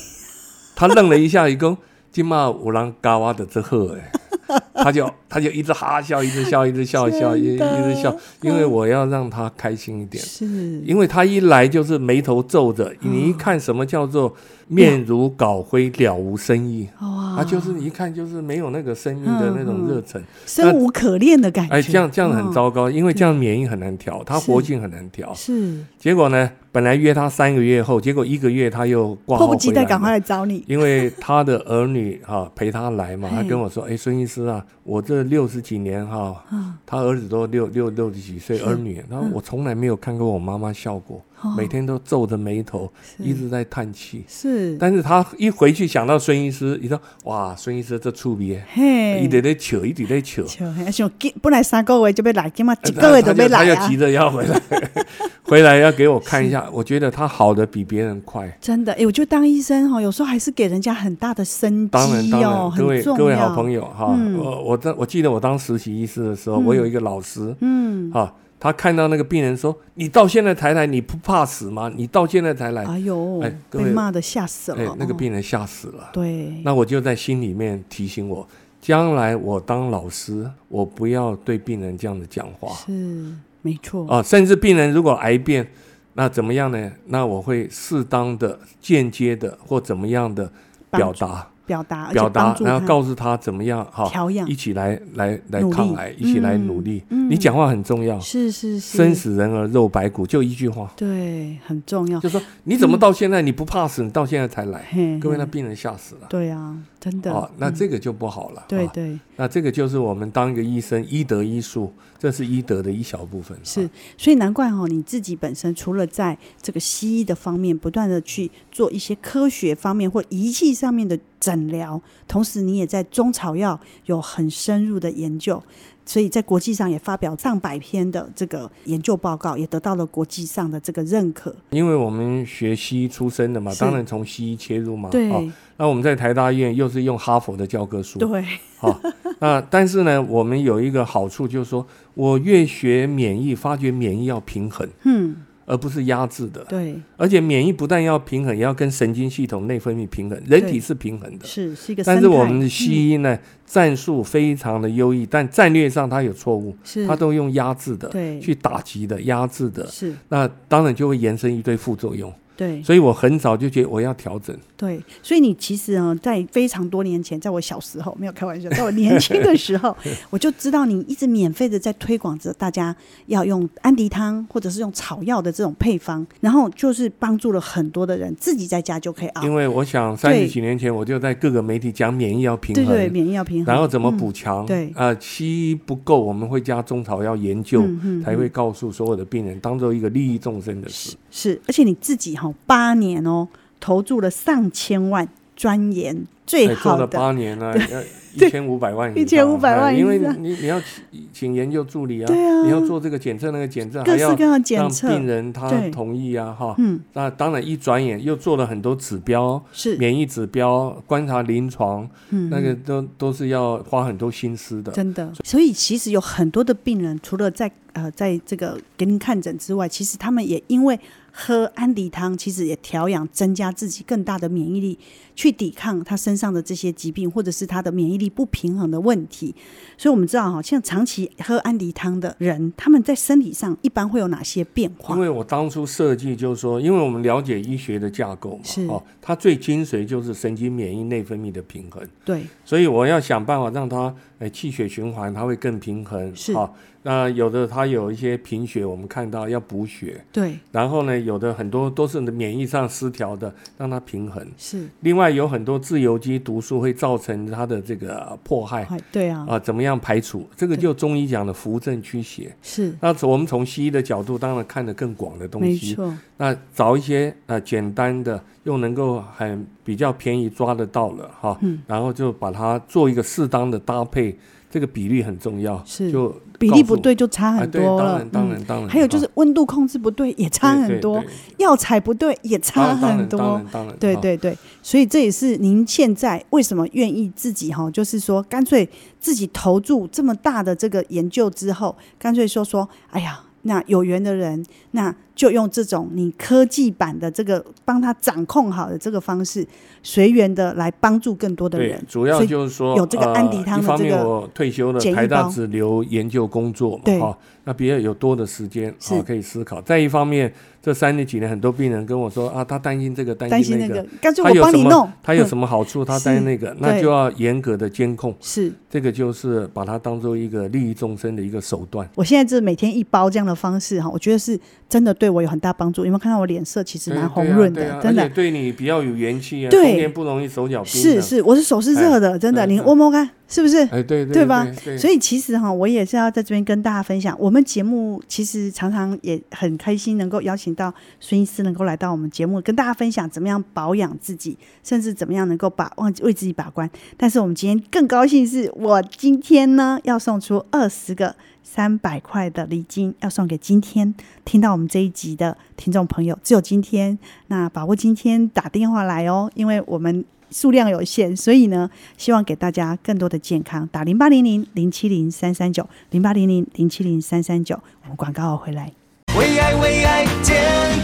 Speaker 2: <laughs> 他愣了一下，伊讲即马有人教我着这好诶， <laughs> 他就他就一直哈笑，一直笑，一直笑，笑一一直笑，因为我要让他开心一点。
Speaker 1: 是
Speaker 2: 因为他一来就是眉头皱
Speaker 1: 哦
Speaker 2: 着，你一看什么叫做面如稿灰，了无生意，
Speaker 1: 哇，嗯
Speaker 2: 他就是你一看就是没有那个生命的那种热忱。
Speaker 1: 生无可恋的感觉。
Speaker 2: 哎，这样这样很
Speaker 1: 哦，
Speaker 2: 糟糕，因为这样免疫很难调，他
Speaker 1: 是
Speaker 2: 活性很难调。
Speaker 1: 是
Speaker 2: 结果呢，本来约他三个月后，结果一个月他又挂号
Speaker 1: 迫
Speaker 2: 回
Speaker 1: 不
Speaker 2: 来
Speaker 1: 及待赶
Speaker 2: 了
Speaker 1: 快来找你。
Speaker 2: 因为他的儿女哈、陪他来嘛，他
Speaker 1: 嘿
Speaker 2: 跟我说：“哎，孙医师啊，我这六十几年哈、
Speaker 1: 嗯
Speaker 2: 他儿子都六六六十几岁，
Speaker 1: 是嗯
Speaker 2: 儿女，然后我从来没有看过我妈妈笑过，
Speaker 1: 哦
Speaker 2: 每天都皱着眉头，
Speaker 1: 是
Speaker 2: 一直在叹气。
Speaker 1: 是，
Speaker 2: 但是他一回去想到孙医师，你说哇，孙医师这触别，
Speaker 1: 嘿
Speaker 2: 一直在扯，一直在
Speaker 1: <laughs>
Speaker 2: 扯。”
Speaker 1: 就嘿想紧本来三个月就要来，今嘛一
Speaker 2: 哎他
Speaker 1: 个月就要
Speaker 2: 他
Speaker 1: 来
Speaker 2: 就
Speaker 1: 啊
Speaker 2: 急！着要回来， <laughs> 回来要给我看一下。我觉得他好的比别人快，
Speaker 1: 真的，哎，我觉得当医生哦，有时候还是给人家很大的生机
Speaker 2: 当然，当
Speaker 1: 哦，
Speaker 2: 然，各位
Speaker 1: 很重要。
Speaker 2: 各位好朋友哈，
Speaker 1: 嗯
Speaker 2: 我我当我记得我当实习医师的时候，我有一个老师
Speaker 1: 嗯，
Speaker 2: 哈，他看到那个病人说：“你到现在才来，你不怕死吗？你到现在才来，
Speaker 1: 哎呦
Speaker 2: 哎，各
Speaker 1: 被
Speaker 2: 位
Speaker 1: 骂的吓死
Speaker 2: 哎
Speaker 1: 了，。
Speaker 2: 那个
Speaker 1: 哦
Speaker 2: 病人吓死了。”
Speaker 1: 对，
Speaker 2: 那我就在心里面提醒我，将来我当老师，我不要对病人这样的讲话
Speaker 1: 是没错。
Speaker 2: 啊，甚至病人如果癌变。那怎么样呢？那我会适当的、间接的或怎么样的表达，
Speaker 1: 表达，而且
Speaker 2: 表达
Speaker 1: 帮，助
Speaker 2: 然后
Speaker 1: 他
Speaker 2: 告诉他怎么样哈，
Speaker 1: 调养
Speaker 2: 一起来来来
Speaker 1: 努力
Speaker 2: 抗癌，一起来努力。
Speaker 1: 嗯
Speaker 2: 你讲话很重要，
Speaker 1: 是是是，
Speaker 2: 生死人而肉白骨，就一句话，
Speaker 1: 对很重要。
Speaker 2: 就说你怎么到现在你不怕死，你到现在才来，
Speaker 1: 嘿
Speaker 2: 各位那
Speaker 1: 嘿
Speaker 2: 病人吓死了。
Speaker 1: 对啊，真的
Speaker 2: 啊，那
Speaker 1: 嗯
Speaker 2: 这个就不好了。
Speaker 1: 对
Speaker 2: 啊，
Speaker 1: 对
Speaker 2: 那这个就是我们当一个医生，医德医术，这是医德的一小部分。
Speaker 1: 是
Speaker 2: 啊，
Speaker 1: 所以难怪哈、你自己本身除了在这个西医的方面不断的去做一些科学方面或仪器上面的诊疗，同时你也在中草药有很深入的研究，所以在国际上也发表上百篇的这个研究报告，也得到了国际上的这个认可。
Speaker 2: 因为我们学西医出身的嘛，
Speaker 1: 是
Speaker 2: 当然从西医切入嘛。
Speaker 1: 对、
Speaker 2: 啊那我们在台大医院又是用哈佛的教科书。
Speaker 1: 对，
Speaker 2: 好，那但是呢，我们有一个好处就是说，我越学免疫，发觉免疫要平衡，
Speaker 1: 嗯，
Speaker 2: 而不是压制的。
Speaker 1: 对，
Speaker 2: 而且免疫不但要平衡，也要跟神经系统内分泌平衡，人体
Speaker 1: 对
Speaker 2: 是平衡的。
Speaker 1: 是是一个生
Speaker 2: 但
Speaker 1: 态。嗯
Speaker 2: 是我们的西医呢，战术非常的优异，但战略上它有错误，
Speaker 1: 嗯是
Speaker 2: 它都用压制的
Speaker 1: 对
Speaker 2: 去打击的、压制的，
Speaker 1: 是
Speaker 2: 那当然就会延伸一堆副作用。
Speaker 1: 对
Speaker 2: 所以我很早就觉得我要调整。
Speaker 1: 对，所以你其实啊，在非常多年前，在我小时候，没有开玩笑，在我年轻的时
Speaker 2: <laughs>
Speaker 1: 候，我就知道你一直免费的在推广着大家要用安迪汤或者是用草药的这种配方，然后就是帮助了很多的人自己在家就可以熬
Speaker 2: 因，为我想三十几年前我就在各个媒体讲免疫要平
Speaker 1: 对
Speaker 2: 衡，
Speaker 1: 对，免疫要平衡，
Speaker 2: 然后怎么
Speaker 1: 嗯
Speaker 2: 补强？
Speaker 1: 对
Speaker 2: 啊、西医不够，我们会加中草药研究，
Speaker 1: 嗯嗯
Speaker 2: 才会告诉所有的病人，当做一个利益众生的事。
Speaker 1: 是，而且你自己哈、八年哦，投注了上千万钻研最
Speaker 2: 哎做
Speaker 1: 好
Speaker 2: 了
Speaker 1: 的，
Speaker 2: 八年
Speaker 1: <laughs>
Speaker 2: 了、要一千五百万以上，
Speaker 1: 1500万
Speaker 2: 哎
Speaker 1: 以
Speaker 2: 因为
Speaker 1: 上
Speaker 2: 你你要请请研究助理啊，
Speaker 1: 对啊
Speaker 2: 你要做这个检测那个检测，
Speaker 1: 各
Speaker 2: 还
Speaker 1: 式
Speaker 2: 要
Speaker 1: 各样的检
Speaker 2: 让
Speaker 1: 测，
Speaker 2: 病人他
Speaker 1: 对
Speaker 2: 同意啊，哈。
Speaker 1: 嗯，
Speaker 2: 那当然，一转眼又做了很多指标，
Speaker 1: 是，
Speaker 2: 免疫指标、观察临床，
Speaker 1: 嗯，
Speaker 2: 那个都都是要花很多心思的。
Speaker 1: 真的，所以其实有很多的病人，除了在呃在这个给您看诊之外，其实他们也因为喝安迪汤，其实也调养、增加自己更大的免疫力，去抵抗他身上的这些疾病，或者是他的免疫力不平衡的问题。所以，我们知道哈，像长期喝安迪汤的人，他们在身体上一般会有哪些变化
Speaker 2: 因？为我当初设计就是说，因为我们了解医学的架构嘛
Speaker 1: 是，
Speaker 2: 哦，它最精髓就是神经免疫内分泌的平衡，
Speaker 1: 对，
Speaker 2: 所以我要想办法让它，呃，气血循环它会更平衡，
Speaker 1: 是
Speaker 2: 哦。那有的它有一些贫血，我们看到要补血，
Speaker 1: 对，
Speaker 2: 然后呢，有的很多都是免疫上失调的，让它平衡。
Speaker 1: 是，
Speaker 2: 另外有很多自由基毒素会造成它的这个呃迫害
Speaker 1: 哎对啊，
Speaker 2: 啊，怎么样排除？这个
Speaker 1: 对
Speaker 2: 就中医讲的扶正驱邪。
Speaker 1: 是，
Speaker 2: 那我们从西医的角度，当然看得更广的东
Speaker 1: 没
Speaker 2: 西，
Speaker 1: 错，
Speaker 2: 那找一些呃简单的又能够很比较便宜抓得到了哈，
Speaker 1: 嗯
Speaker 2: 然后就把它做一个适当的搭配，这个比例很重要，
Speaker 1: 是
Speaker 2: 就
Speaker 1: 比
Speaker 2: 告
Speaker 1: 例
Speaker 2: 诉
Speaker 1: 不对就差
Speaker 2: 啊，
Speaker 1: 很
Speaker 2: 对，
Speaker 1: 多
Speaker 2: 当
Speaker 1: 了。
Speaker 2: 然当
Speaker 1: 嗯
Speaker 2: 然当然，
Speaker 1: 还有就
Speaker 2: 哈
Speaker 1: 是温度控制不对，也差很多
Speaker 2: 对对；
Speaker 1: 药材不对，也差
Speaker 2: 啊当
Speaker 1: 很
Speaker 2: 然当
Speaker 1: 多
Speaker 2: 然。当然，
Speaker 1: 对
Speaker 2: 哈
Speaker 1: 对对，所以这也是您现在为什么愿意自己哈，就是说干脆自己投注这么大的这个研究之后，干脆说说，哎呀，那有缘的人，那就用这种你科技版的这个帮他掌控好的这个方式，随缘的来帮助更多的
Speaker 2: 对
Speaker 1: 人，。
Speaker 2: 主要
Speaker 1: 所以
Speaker 2: 就是说
Speaker 1: 有这个安迪汤
Speaker 2: 呃、
Speaker 1: 的
Speaker 2: 一方
Speaker 1: 这
Speaker 2: 面
Speaker 1: 个
Speaker 2: 我退休了，
Speaker 1: 简易
Speaker 2: 台大
Speaker 1: 包
Speaker 2: 只留研究工作嘛，
Speaker 1: 对
Speaker 2: 哈、那别人有多的时间啊、
Speaker 1: 是
Speaker 2: 可以思考。再一方面，这三年几年，很多病人跟我说啊，他担心这个担
Speaker 1: 担
Speaker 2: 心
Speaker 1: 心那
Speaker 2: 个
Speaker 1: 个，，干脆
Speaker 2: 他
Speaker 1: 我
Speaker 2: 有
Speaker 1: 帮
Speaker 2: 什
Speaker 1: 你弄
Speaker 2: 么。他有
Speaker 1: 么？
Speaker 2: 什么好处，他
Speaker 1: 是
Speaker 2: 担心那个，那
Speaker 1: 对
Speaker 2: 就要严格的监控。
Speaker 1: 是
Speaker 2: 这个就是把它当做一个利益众生的一个手段。
Speaker 1: 我现在这每天一包这样的方式哈，我觉得是真的对我有很大帮助。有没有看到我脸色其实
Speaker 2: 对
Speaker 1: 蛮红
Speaker 2: 对啊
Speaker 1: 润
Speaker 2: 对
Speaker 1: 的，
Speaker 2: 啊
Speaker 1: 真
Speaker 2: 而
Speaker 1: 的
Speaker 2: 且。对你比较有元气啊，
Speaker 1: 对
Speaker 2: 冬天不容易手脚冰
Speaker 1: 是
Speaker 2: 冷。
Speaker 1: 是，我是手是热的，真的，
Speaker 2: 哎
Speaker 1: 你
Speaker 2: 嗯
Speaker 1: 摸摸看，是不是？
Speaker 2: 哎，对
Speaker 1: 对吧
Speaker 2: 对
Speaker 1: 所
Speaker 2: 以
Speaker 1: 以其实哈，我也是要在这边跟大家分享，我们节目其实常常也很开心能够邀请到孙医师能够来到我们节目，跟大家分享怎么样保养自己，甚至怎么样能够把忘为自己把关。但是我们今天更高兴是，我今天呢要送出二十个三百块的礼金，要送给今天听到我们这一集的听众朋友，只有今天，那把握今天打电话来哦，因为我们。数量有限，所以呢，希望给大家更多的健康。打零八零零零七零三三九，零八零零零七零三三九。我们广告后回来。
Speaker 3: 为爱为爱健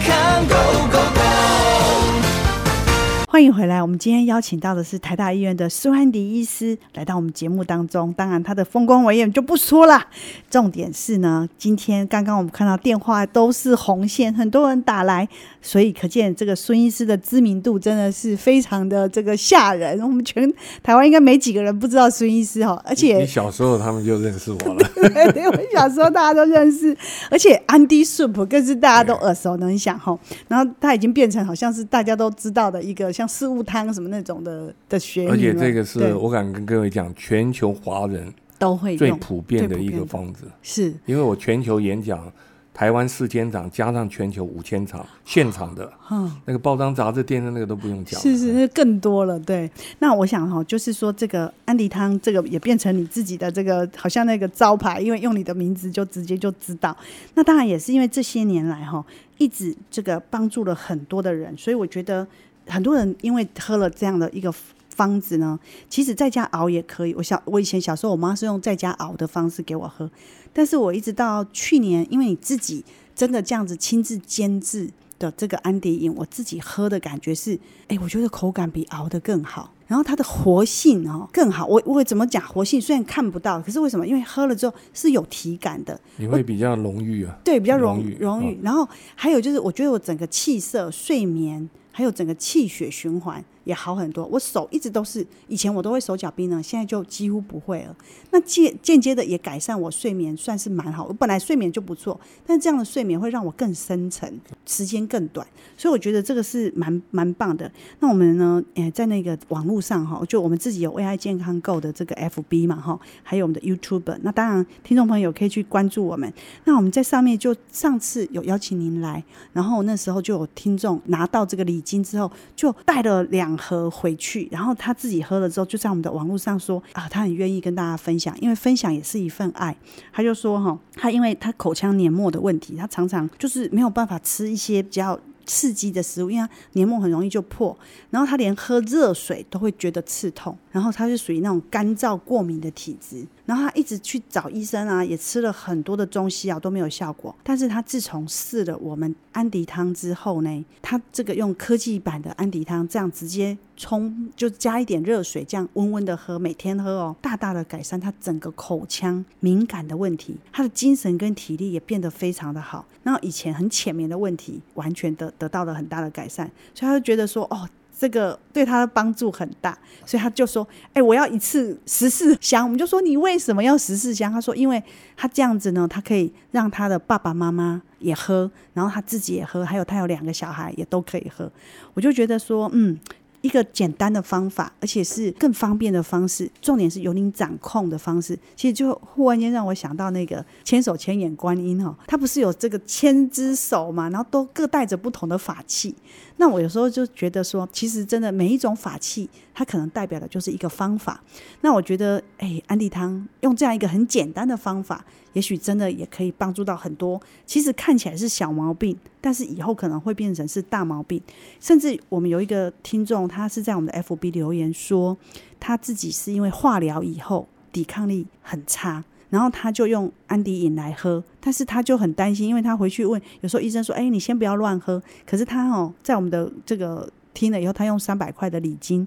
Speaker 3: 康 Go Go Go，
Speaker 1: 欢迎回来。我们今天邀请到的是台大医院的苏安迪医师来到我们节目当中。当然，他的丰功伟业我们就不说了。重点是呢，今天刚刚我们看到电话都是红线，很多人打来，所以可见这个孙医师的知名度真的是非常的这个吓人。我们全台湾应该没几个人不知道孙医师哈，而且
Speaker 2: 你小时候他们就认识我了，
Speaker 1: 对对，我小时候大家都认识，而且安迪 Soup 更是大家都耳熟能详哈。然后它已经变成好像是大家都知道的一个像四物汤什么那种的的学名了，
Speaker 2: 而且这个是
Speaker 1: 对
Speaker 2: 我敢跟各位讲，全球华人
Speaker 1: 都会
Speaker 2: 最
Speaker 1: 用，
Speaker 2: 普遍的一
Speaker 1: 最
Speaker 2: 个
Speaker 1: 普遍的
Speaker 2: 方子。
Speaker 1: 是
Speaker 2: 因为我全球演讲，台湾四千场加上全球五千场现场的，
Speaker 1: 嗯。
Speaker 2: 那个报章、杂志、电视那个都不用讲了。
Speaker 1: 是是，那更多了。对，那我想哈、就是说这个安迪汤，这个也变成你自己的这个，好像那个招牌，因为用你的名字就直接就知道。那当然也是因为这些年来哈、一直这个帮助了很多的人，所以我觉得很多人因为喝了这样的一个。方子呢，其实在家熬也可以。我小我以前小时候，我妈是用在家熬的方式给我喝，但是我一直到去年，因为你自己真的这样子亲自监制的这个安迪饮，我自己喝的感觉是，哎、我觉得口感比熬的更好，然后它的活性哦更好。我我怎么讲活性？虽然看不到，可是为什么？因为喝了之后是有体感的，
Speaker 2: 你会比较浓郁啊。
Speaker 1: 对，比较容
Speaker 2: 容易嗯
Speaker 1: 容易。然后还有就是，我觉得我整个气色、睡眠，还有整个气血循环也好很多。我手一直都是，以前我都会手脚冰冷，现在就几乎不会了。那间间接的也改善我睡眠，算是蛮好。我本来睡眠就不错，但这样的睡眠会让我更深沉，时间更短，所以我觉得这个是蛮蛮棒的。那我们呢，诶，在那个网络上哈，就我们自己有为爱健康 Go 的这个 FB 嘛哈，还有我们的 YouTube。那当然，听众朋友可以去关注我们。那我们在上面就上次有邀请您来，然后那时候就有听众拿到这个礼金之后，就带了两盒回去，然后他自己喝了之后，就在我们的网络上说啊，他很愿意跟大家分享，因为分享也是一份爱。他就说哈，他因为他口腔黏膜的问题，他常常就是没有办法吃一些比较。刺激的食物，因为他黏膜很容易就破，然后他连喝热水都会觉得刺痛，然后他是属于那种干燥过敏的体质，然后他一直去找医生啊，也吃了很多的中西药都没有效果。但是他自从试了我们安迪汤之后呢，他这个用科技版的安迪汤这样直接冲，就加一点热水，这样温温的喝，每天喝哦，大大的改善他整个口腔敏感的问题，他的精神跟体力也变得非常的好。然后以前很浅眠的问题，完全的得到了很大的改善，所以他就觉得说，哦，这个对他的帮助很大，所以他就说：“哎、我要一次十四箱。”我们就说：“你为什么要十四箱？”他说：“因为他这样子呢，他可以让他的爸爸妈妈也喝，然后他自己也喝，还有他有两个小孩也都可以喝。”我就觉得说，嗯。一个简单的方法，而且是更方便的方式，重点是由您掌控的方式。其实就忽然间让我想到那个千手千眼观音哦，他不是有这个千只手嘛，然后都各带着不同的法器。那我有时候就觉得说，其实真的每一种法器，它可能代表的就是一个方法。那我觉得，哎，安利汤用这样一个很简单的方法，也许真的也可以帮助到很多。其实看起来是小毛病，但是以后可能会变成是大毛病。甚至我们有一个听众，他是在我们的 FB 留言说，他自己是因为化疗以后抵抗力很差，然后他就用安迪饮来喝，但是他就很担心，因为他回去问，有时候医生说，哎，你先不要乱喝，可是他哦，在我们的这个听了以后，他用三百块的礼金。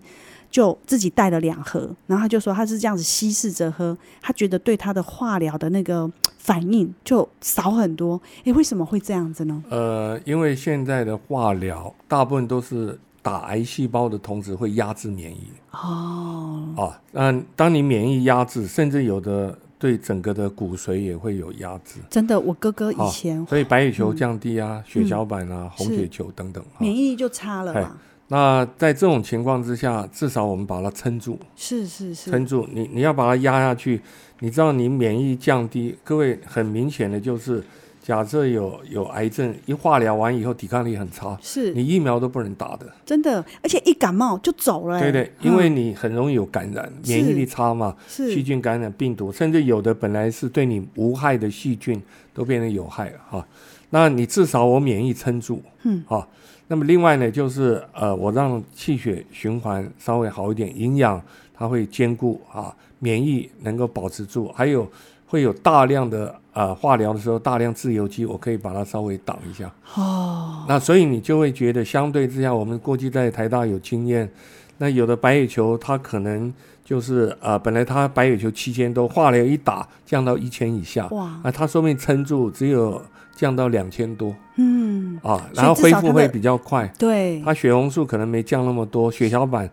Speaker 1: 就自己带了两盒，然后他就说他是这样子稀释着喝，他觉得对他的化疗的那个反应就少很多。诶，为什么会这样子呢？
Speaker 2: 呃，因为现在的化疗大部分都是打癌细胞的同时会压制免疫
Speaker 1: 哦，
Speaker 2: 啊，那当你免疫压制，甚至有的对整个的骨髓也会有压制。
Speaker 1: 真的，我哥哥
Speaker 2: 啊
Speaker 1: 以前嗯
Speaker 2: 所以白血球降低啊，血小板啊，红血球等等啊
Speaker 1: 免。疫力就差了嘛。
Speaker 2: 那在这种情况之下，至少我们把它撑住，
Speaker 1: 是是是，
Speaker 2: 撑住。你你要把它压下去，你知道你免疫降低，各位很明显的就是，假设有有癌症，一化疗完以后抵抗力很差，
Speaker 1: 是
Speaker 2: 你疫苗都不能打的。
Speaker 1: 真的，而且一感冒就走了、欸
Speaker 2: 对
Speaker 1: 诶
Speaker 2: 对，因为你很容易有感染，
Speaker 1: 是
Speaker 2: 免疫力差嘛，
Speaker 1: 嗯是
Speaker 2: 细菌感染、病毒，甚至有的本来是对你无害的细菌，都变成有害了哈、那你至少我免疫撑住，
Speaker 1: 嗯，
Speaker 2: 哈、那么另外呢，就是呃，我让气血循环稍微好一点，营养它会兼顾啊，免疫能够保持住，还有会有大量的呃化疗的时候大量自由基，我可以把它稍微挡一下。
Speaker 1: 哦，
Speaker 2: 那所以你就会觉得，相对之下，我们过去在台大有经验，那有的白血球它可能就是呃，本来它白血球七千多，化疗一打降到一千以下，
Speaker 1: 哇，
Speaker 2: 啊，它说明撑住只有降到两千多
Speaker 1: 嗯，
Speaker 2: 啊，
Speaker 1: 所以
Speaker 2: 然后
Speaker 1: 至
Speaker 2: 恢
Speaker 1: 少
Speaker 2: 复
Speaker 1: 它
Speaker 2: 会
Speaker 1: 的嗯
Speaker 2: 比较快。
Speaker 1: 对，
Speaker 2: 它血红素可能没降那么多，血小板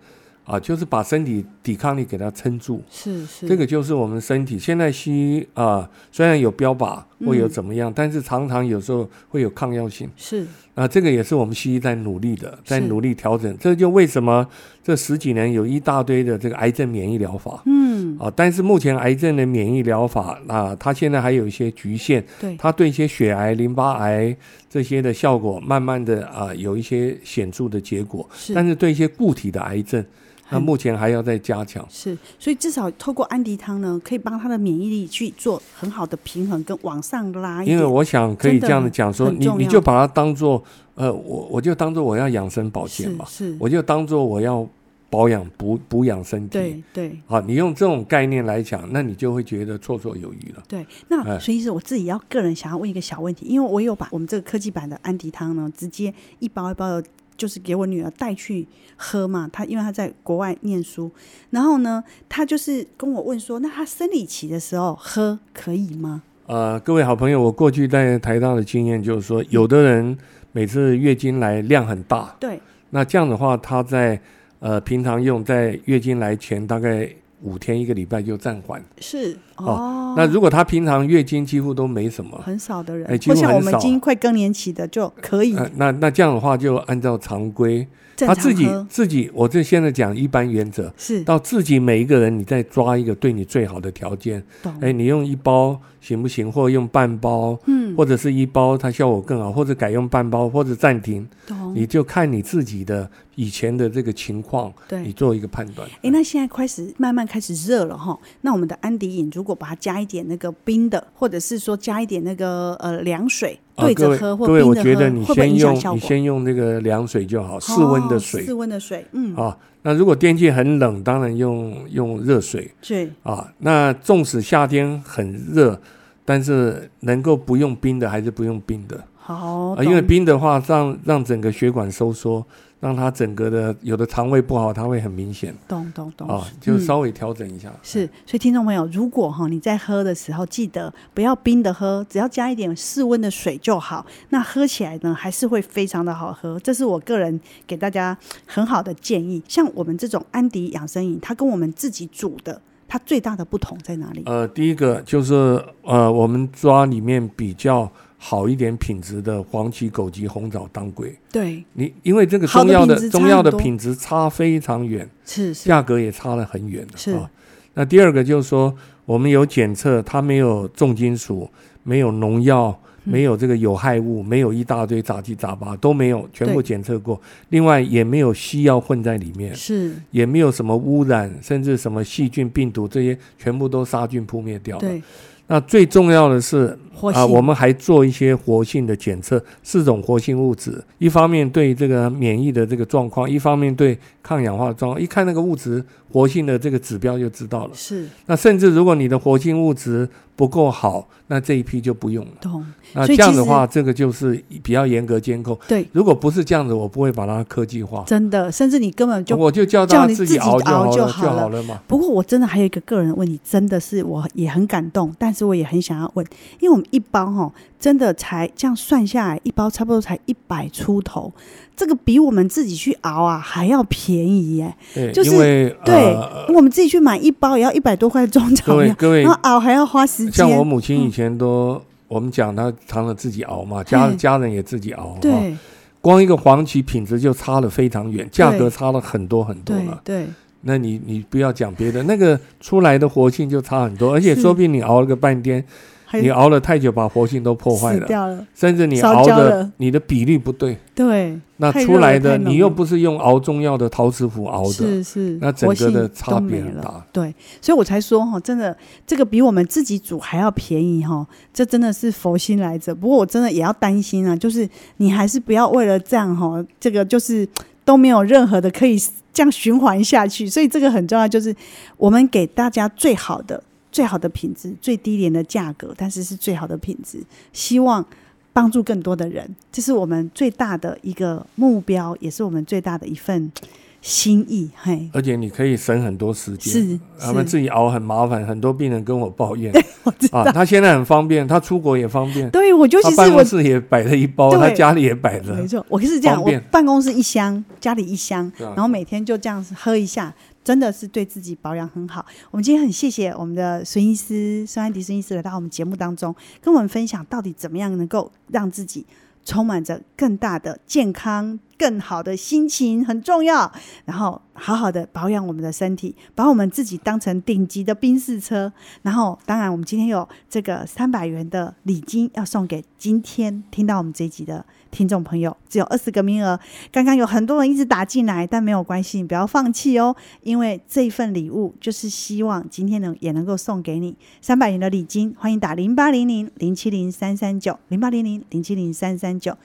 Speaker 2: 啊，就是把身体抵抗力给它撑住。
Speaker 1: 是是
Speaker 2: 这个就是我们身体现在西医啊、虽然有标靶或有
Speaker 1: 嗯
Speaker 2: 怎么样，但是常常有时候会有抗药性。
Speaker 1: 是
Speaker 2: 啊，这个也是我们西医在努力的，在
Speaker 1: 是
Speaker 2: 努力调整。这就为什么这十几年有一大堆的这个癌症免疫疗法
Speaker 1: 嗯，
Speaker 2: 啊，但是目前癌症的免疫疗法啊，它现在还有一些局限，
Speaker 1: 对，
Speaker 2: 它对一些血癌、淋巴癌这些的效果，慢慢的啊有一些显著的结果，
Speaker 1: 是
Speaker 2: 但是对一些固体的癌症，那
Speaker 1: 很
Speaker 2: 目前还要再加强。
Speaker 1: 是，所以至少透过安迪汤呢，可以帮他的免疫力去做很好的平衡，跟往上拉一
Speaker 2: 因
Speaker 1: 点。
Speaker 2: 为我想可以
Speaker 1: 真的
Speaker 2: 这样子讲说，
Speaker 1: 很
Speaker 2: 你
Speaker 1: 重
Speaker 2: 你
Speaker 1: 要
Speaker 2: 就把它当做呃，我我就当做我要养生保健
Speaker 1: 是
Speaker 2: 嘛，
Speaker 1: 是，
Speaker 2: 我就当做我要保养补补养身体。
Speaker 1: 对对
Speaker 2: 好，你用这种概念来讲，那你就会觉得绰绰有余了。
Speaker 1: 对。
Speaker 2: 哎
Speaker 1: 那孙医师，我自己要个人想要问一个小问题，因为我有把我们这个科技版的安迪汤呢，直接一包一包的。就是给我女儿带去喝嘛，她因为她在国外念书，然后呢，她就是跟我问说，那她生理期的时候喝可以吗？
Speaker 2: 呃，各位好朋友，我过去在台大的经验就是说，有的人每次月经来量很大，
Speaker 1: 对，
Speaker 2: 那这样的话，他在呃平常用在月经来前大概五天一个礼拜就暂缓。
Speaker 1: 是
Speaker 2: 哦
Speaker 1: 哦。
Speaker 2: 那如果他平常月经几乎都没什么，
Speaker 1: 很少的人，
Speaker 2: 哎几
Speaker 1: 不
Speaker 2: 乎
Speaker 1: 像我
Speaker 2: 很
Speaker 1: 们
Speaker 2: 少
Speaker 1: 已经快更年期的就可以
Speaker 2: 呃，那那这样的话就按照常规，
Speaker 1: 正
Speaker 2: 他
Speaker 1: 常
Speaker 2: 自己
Speaker 1: 喝
Speaker 2: 自己，我这现在讲一般原则，
Speaker 1: 是
Speaker 2: 到自己每一个人，你再抓一个对你最好的条件。
Speaker 1: 懂
Speaker 2: 哎，你用一包行不行？或用半包，
Speaker 1: 嗯
Speaker 2: 或者是一包，它效果更好，或者改用半包，或者暂停，
Speaker 1: 懂
Speaker 2: 你就看你自己的以前的这个情况，
Speaker 1: 对
Speaker 2: 你做一个判断。
Speaker 1: 哎、那现在开始慢慢开始热了哈。那我们的安迪饮，如果把它加一点那个冰的，或者是说加一点那个呃凉水
Speaker 2: 啊
Speaker 1: 对
Speaker 2: 各
Speaker 1: 着
Speaker 2: 位
Speaker 1: 喝、或
Speaker 2: 各位，
Speaker 1: 冰
Speaker 2: 我
Speaker 1: 的
Speaker 2: 觉
Speaker 1: 喝，
Speaker 2: 得你
Speaker 1: 会不会
Speaker 2: 先
Speaker 1: 影响
Speaker 2: 用
Speaker 1: 效
Speaker 2: 你
Speaker 1: 果？
Speaker 2: 先用那个凉水就好，室温的
Speaker 1: 哦
Speaker 2: 水
Speaker 1: 室温的水，嗯，
Speaker 2: 啊。那如果天气很冷，当然用用热水
Speaker 1: 对，
Speaker 2: 啊。那纵使夏天很热，但是能够不用冰的还是不用冰的。
Speaker 1: 好，
Speaker 2: 啊，因为
Speaker 1: 哦懂
Speaker 2: 冰的话，让让整个血管收缩，让它整个的有的肠胃不好，它会很明显
Speaker 1: 懂懂懂
Speaker 2: 啊，就
Speaker 1: 嗯
Speaker 2: 稍微调整一下。
Speaker 1: 是，所以听众朋友，如果哈你在喝的时候，记得不要冰的喝，只要加一点室温的水就好。那喝起来呢，还是会非常的好喝。这是我个人给大家很好的建议。像我们这种安迪养生饮，它跟我们自己煮的，它最大的不同在哪里？
Speaker 2: 呃，第一个就是呃，我们抓里面比较好一点品质的黄芪、枸杞、红枣、当归。
Speaker 1: 对，
Speaker 2: 你因为这个
Speaker 1: 好
Speaker 2: 中
Speaker 1: 的
Speaker 2: 药
Speaker 1: 品
Speaker 2: 的
Speaker 1: 质差
Speaker 2: 中药
Speaker 1: 很
Speaker 2: 的
Speaker 1: 多
Speaker 2: 品质差非常远，
Speaker 1: 是是，
Speaker 2: 价格也差得很远
Speaker 1: 是
Speaker 2: 啊。那第二个就是说，我们有检测，它没有重金属，没有农药，
Speaker 1: 嗯
Speaker 2: 没有这个有害物，没有一大堆杂七杂八都没有，全部
Speaker 1: 对
Speaker 2: 检测过。另外也没有西药混在里面，
Speaker 1: 嗯是，
Speaker 2: 也没有什么污染，甚至什么细菌、病毒这些全部都杀菌扑灭掉了。
Speaker 1: 对，
Speaker 2: 那最重要的是
Speaker 1: 活
Speaker 2: 啊、
Speaker 1: 性
Speaker 2: 我们还做一些活性的检测，四种活性物质，一方面对这个免疫的这个状况，一方面对抗氧化的状况，一看那个物质活性的这个指标就知道了。
Speaker 1: 是
Speaker 2: 那甚至如果你的活性物质不够好，那这一批就不用了。
Speaker 1: 懂。
Speaker 2: 那
Speaker 1: 所
Speaker 2: 这
Speaker 1: 以
Speaker 2: 样
Speaker 1: 其
Speaker 2: 的
Speaker 1: 实
Speaker 2: 话，这个就是比较严格监控。
Speaker 1: 对，
Speaker 2: 如果不是这样子，我不会把它科技化，
Speaker 1: 真的，甚至你根本就
Speaker 2: 我就叫
Speaker 1: 叫
Speaker 2: 大家
Speaker 1: 你
Speaker 2: 自
Speaker 1: 自己
Speaker 2: 熬就
Speaker 1: 熬
Speaker 2: 好了，
Speaker 1: 就
Speaker 2: 就
Speaker 1: 好了
Speaker 2: 好了嘛。
Speaker 1: 不过我真的还有一个个人的问题，真的是我也很感动，但是我也很想要问，因为我们一包哈，真的才这样算下来，一包差不多才一百出头，这个比我们自己去熬啊还要便宜耶。
Speaker 2: 对，
Speaker 1: 就是
Speaker 2: 因为
Speaker 1: 对，
Speaker 2: 呃，
Speaker 1: 我们自己去买一包也要一百多块中
Speaker 2: 各
Speaker 1: 草
Speaker 2: 位
Speaker 1: 药，
Speaker 2: 各位
Speaker 1: 然后，熬还要花时间
Speaker 2: 像。我
Speaker 1: 嗯
Speaker 2: 母亲以前都。我们讲她常常自己熬嘛，家
Speaker 1: 嘿
Speaker 2: 家人也自己熬哈。
Speaker 1: 对
Speaker 2: 光一个黄芪品质就差了非常远，价
Speaker 1: 对
Speaker 2: 格差了很多很多
Speaker 1: 对
Speaker 2: 了。
Speaker 1: 对，
Speaker 2: 那你你不要讲别的，那个出来的活性就差很多，而且
Speaker 1: 是
Speaker 2: 说不定你熬了个半天，
Speaker 1: 还
Speaker 2: 你熬了太久，把活性都破坏
Speaker 1: 死
Speaker 2: 了，
Speaker 1: 掉了。
Speaker 2: 甚至你
Speaker 1: 烧
Speaker 2: 熬
Speaker 1: 焦
Speaker 2: 的
Speaker 1: 了
Speaker 2: 你的比例不对，
Speaker 1: 对，
Speaker 2: 那
Speaker 1: 太
Speaker 2: 出
Speaker 1: 热
Speaker 2: 来
Speaker 1: 了太
Speaker 2: 的
Speaker 1: 浓
Speaker 2: 你又
Speaker 1: 了
Speaker 2: 不是用熬中药的陶瓷壶熬的，
Speaker 1: 是是，
Speaker 2: 那整
Speaker 1: 活
Speaker 2: 个的
Speaker 1: 性
Speaker 2: 差
Speaker 1: 都
Speaker 2: 别
Speaker 1: 没
Speaker 2: 很
Speaker 1: 了
Speaker 2: 大。
Speaker 1: 对，所以我才说哈，真的这个比我们自己煮还要便宜哈，这真的是佛心来着。不过我真的也要担心啊，就是你还是不要为了这样哈，这个就是都没有任何的可以这样循环下去。所以这个很重要，就是我们给大家最好的、最好的品质、最低廉的价格，但是是最好的品质，希望。帮助更多的人，这是我们最大的一个目标，也是我们最大的一份心意。嘿，
Speaker 2: 而且你可以省很多时间。
Speaker 1: 是
Speaker 2: 他们
Speaker 1: 是，
Speaker 2: 自己熬很麻烦，很多病人跟我抱怨
Speaker 1: <laughs> 我知道
Speaker 2: 啊，。他现在很方便，他出国也方便，
Speaker 1: 对我尤其
Speaker 2: 他
Speaker 1: 是
Speaker 2: 办
Speaker 1: 我
Speaker 2: 公，室也摆了一包，
Speaker 1: 对
Speaker 2: 他家里也摆了
Speaker 1: 没，错，我是这样，
Speaker 2: 方
Speaker 1: 我
Speaker 2: 便
Speaker 1: 办公室一箱，家里一箱，
Speaker 2: 对啊
Speaker 1: 然后每天就这样子喝一下，真的是对自己保养很好。我们今天很谢谢我们的孙医师孙安迪孙医师来到我们节目当中，跟我们分享到底怎么样能够让自己充满着更大的健康、更好的心情很重要，然后好好的保养我们的身体，把我们自己当成顶级的宾士车。然后，当然我们今天有这个三百元的礼金要送给今天听到我们这一集的听众朋友，只有二十个名额。刚刚有很多人一直打进来，但没有关系，你不要放弃哦，因为这一份礼物就是希望今天能也能够送给你三百元的礼金。欢迎打零八零零零七零三三九零八零零零七零三三九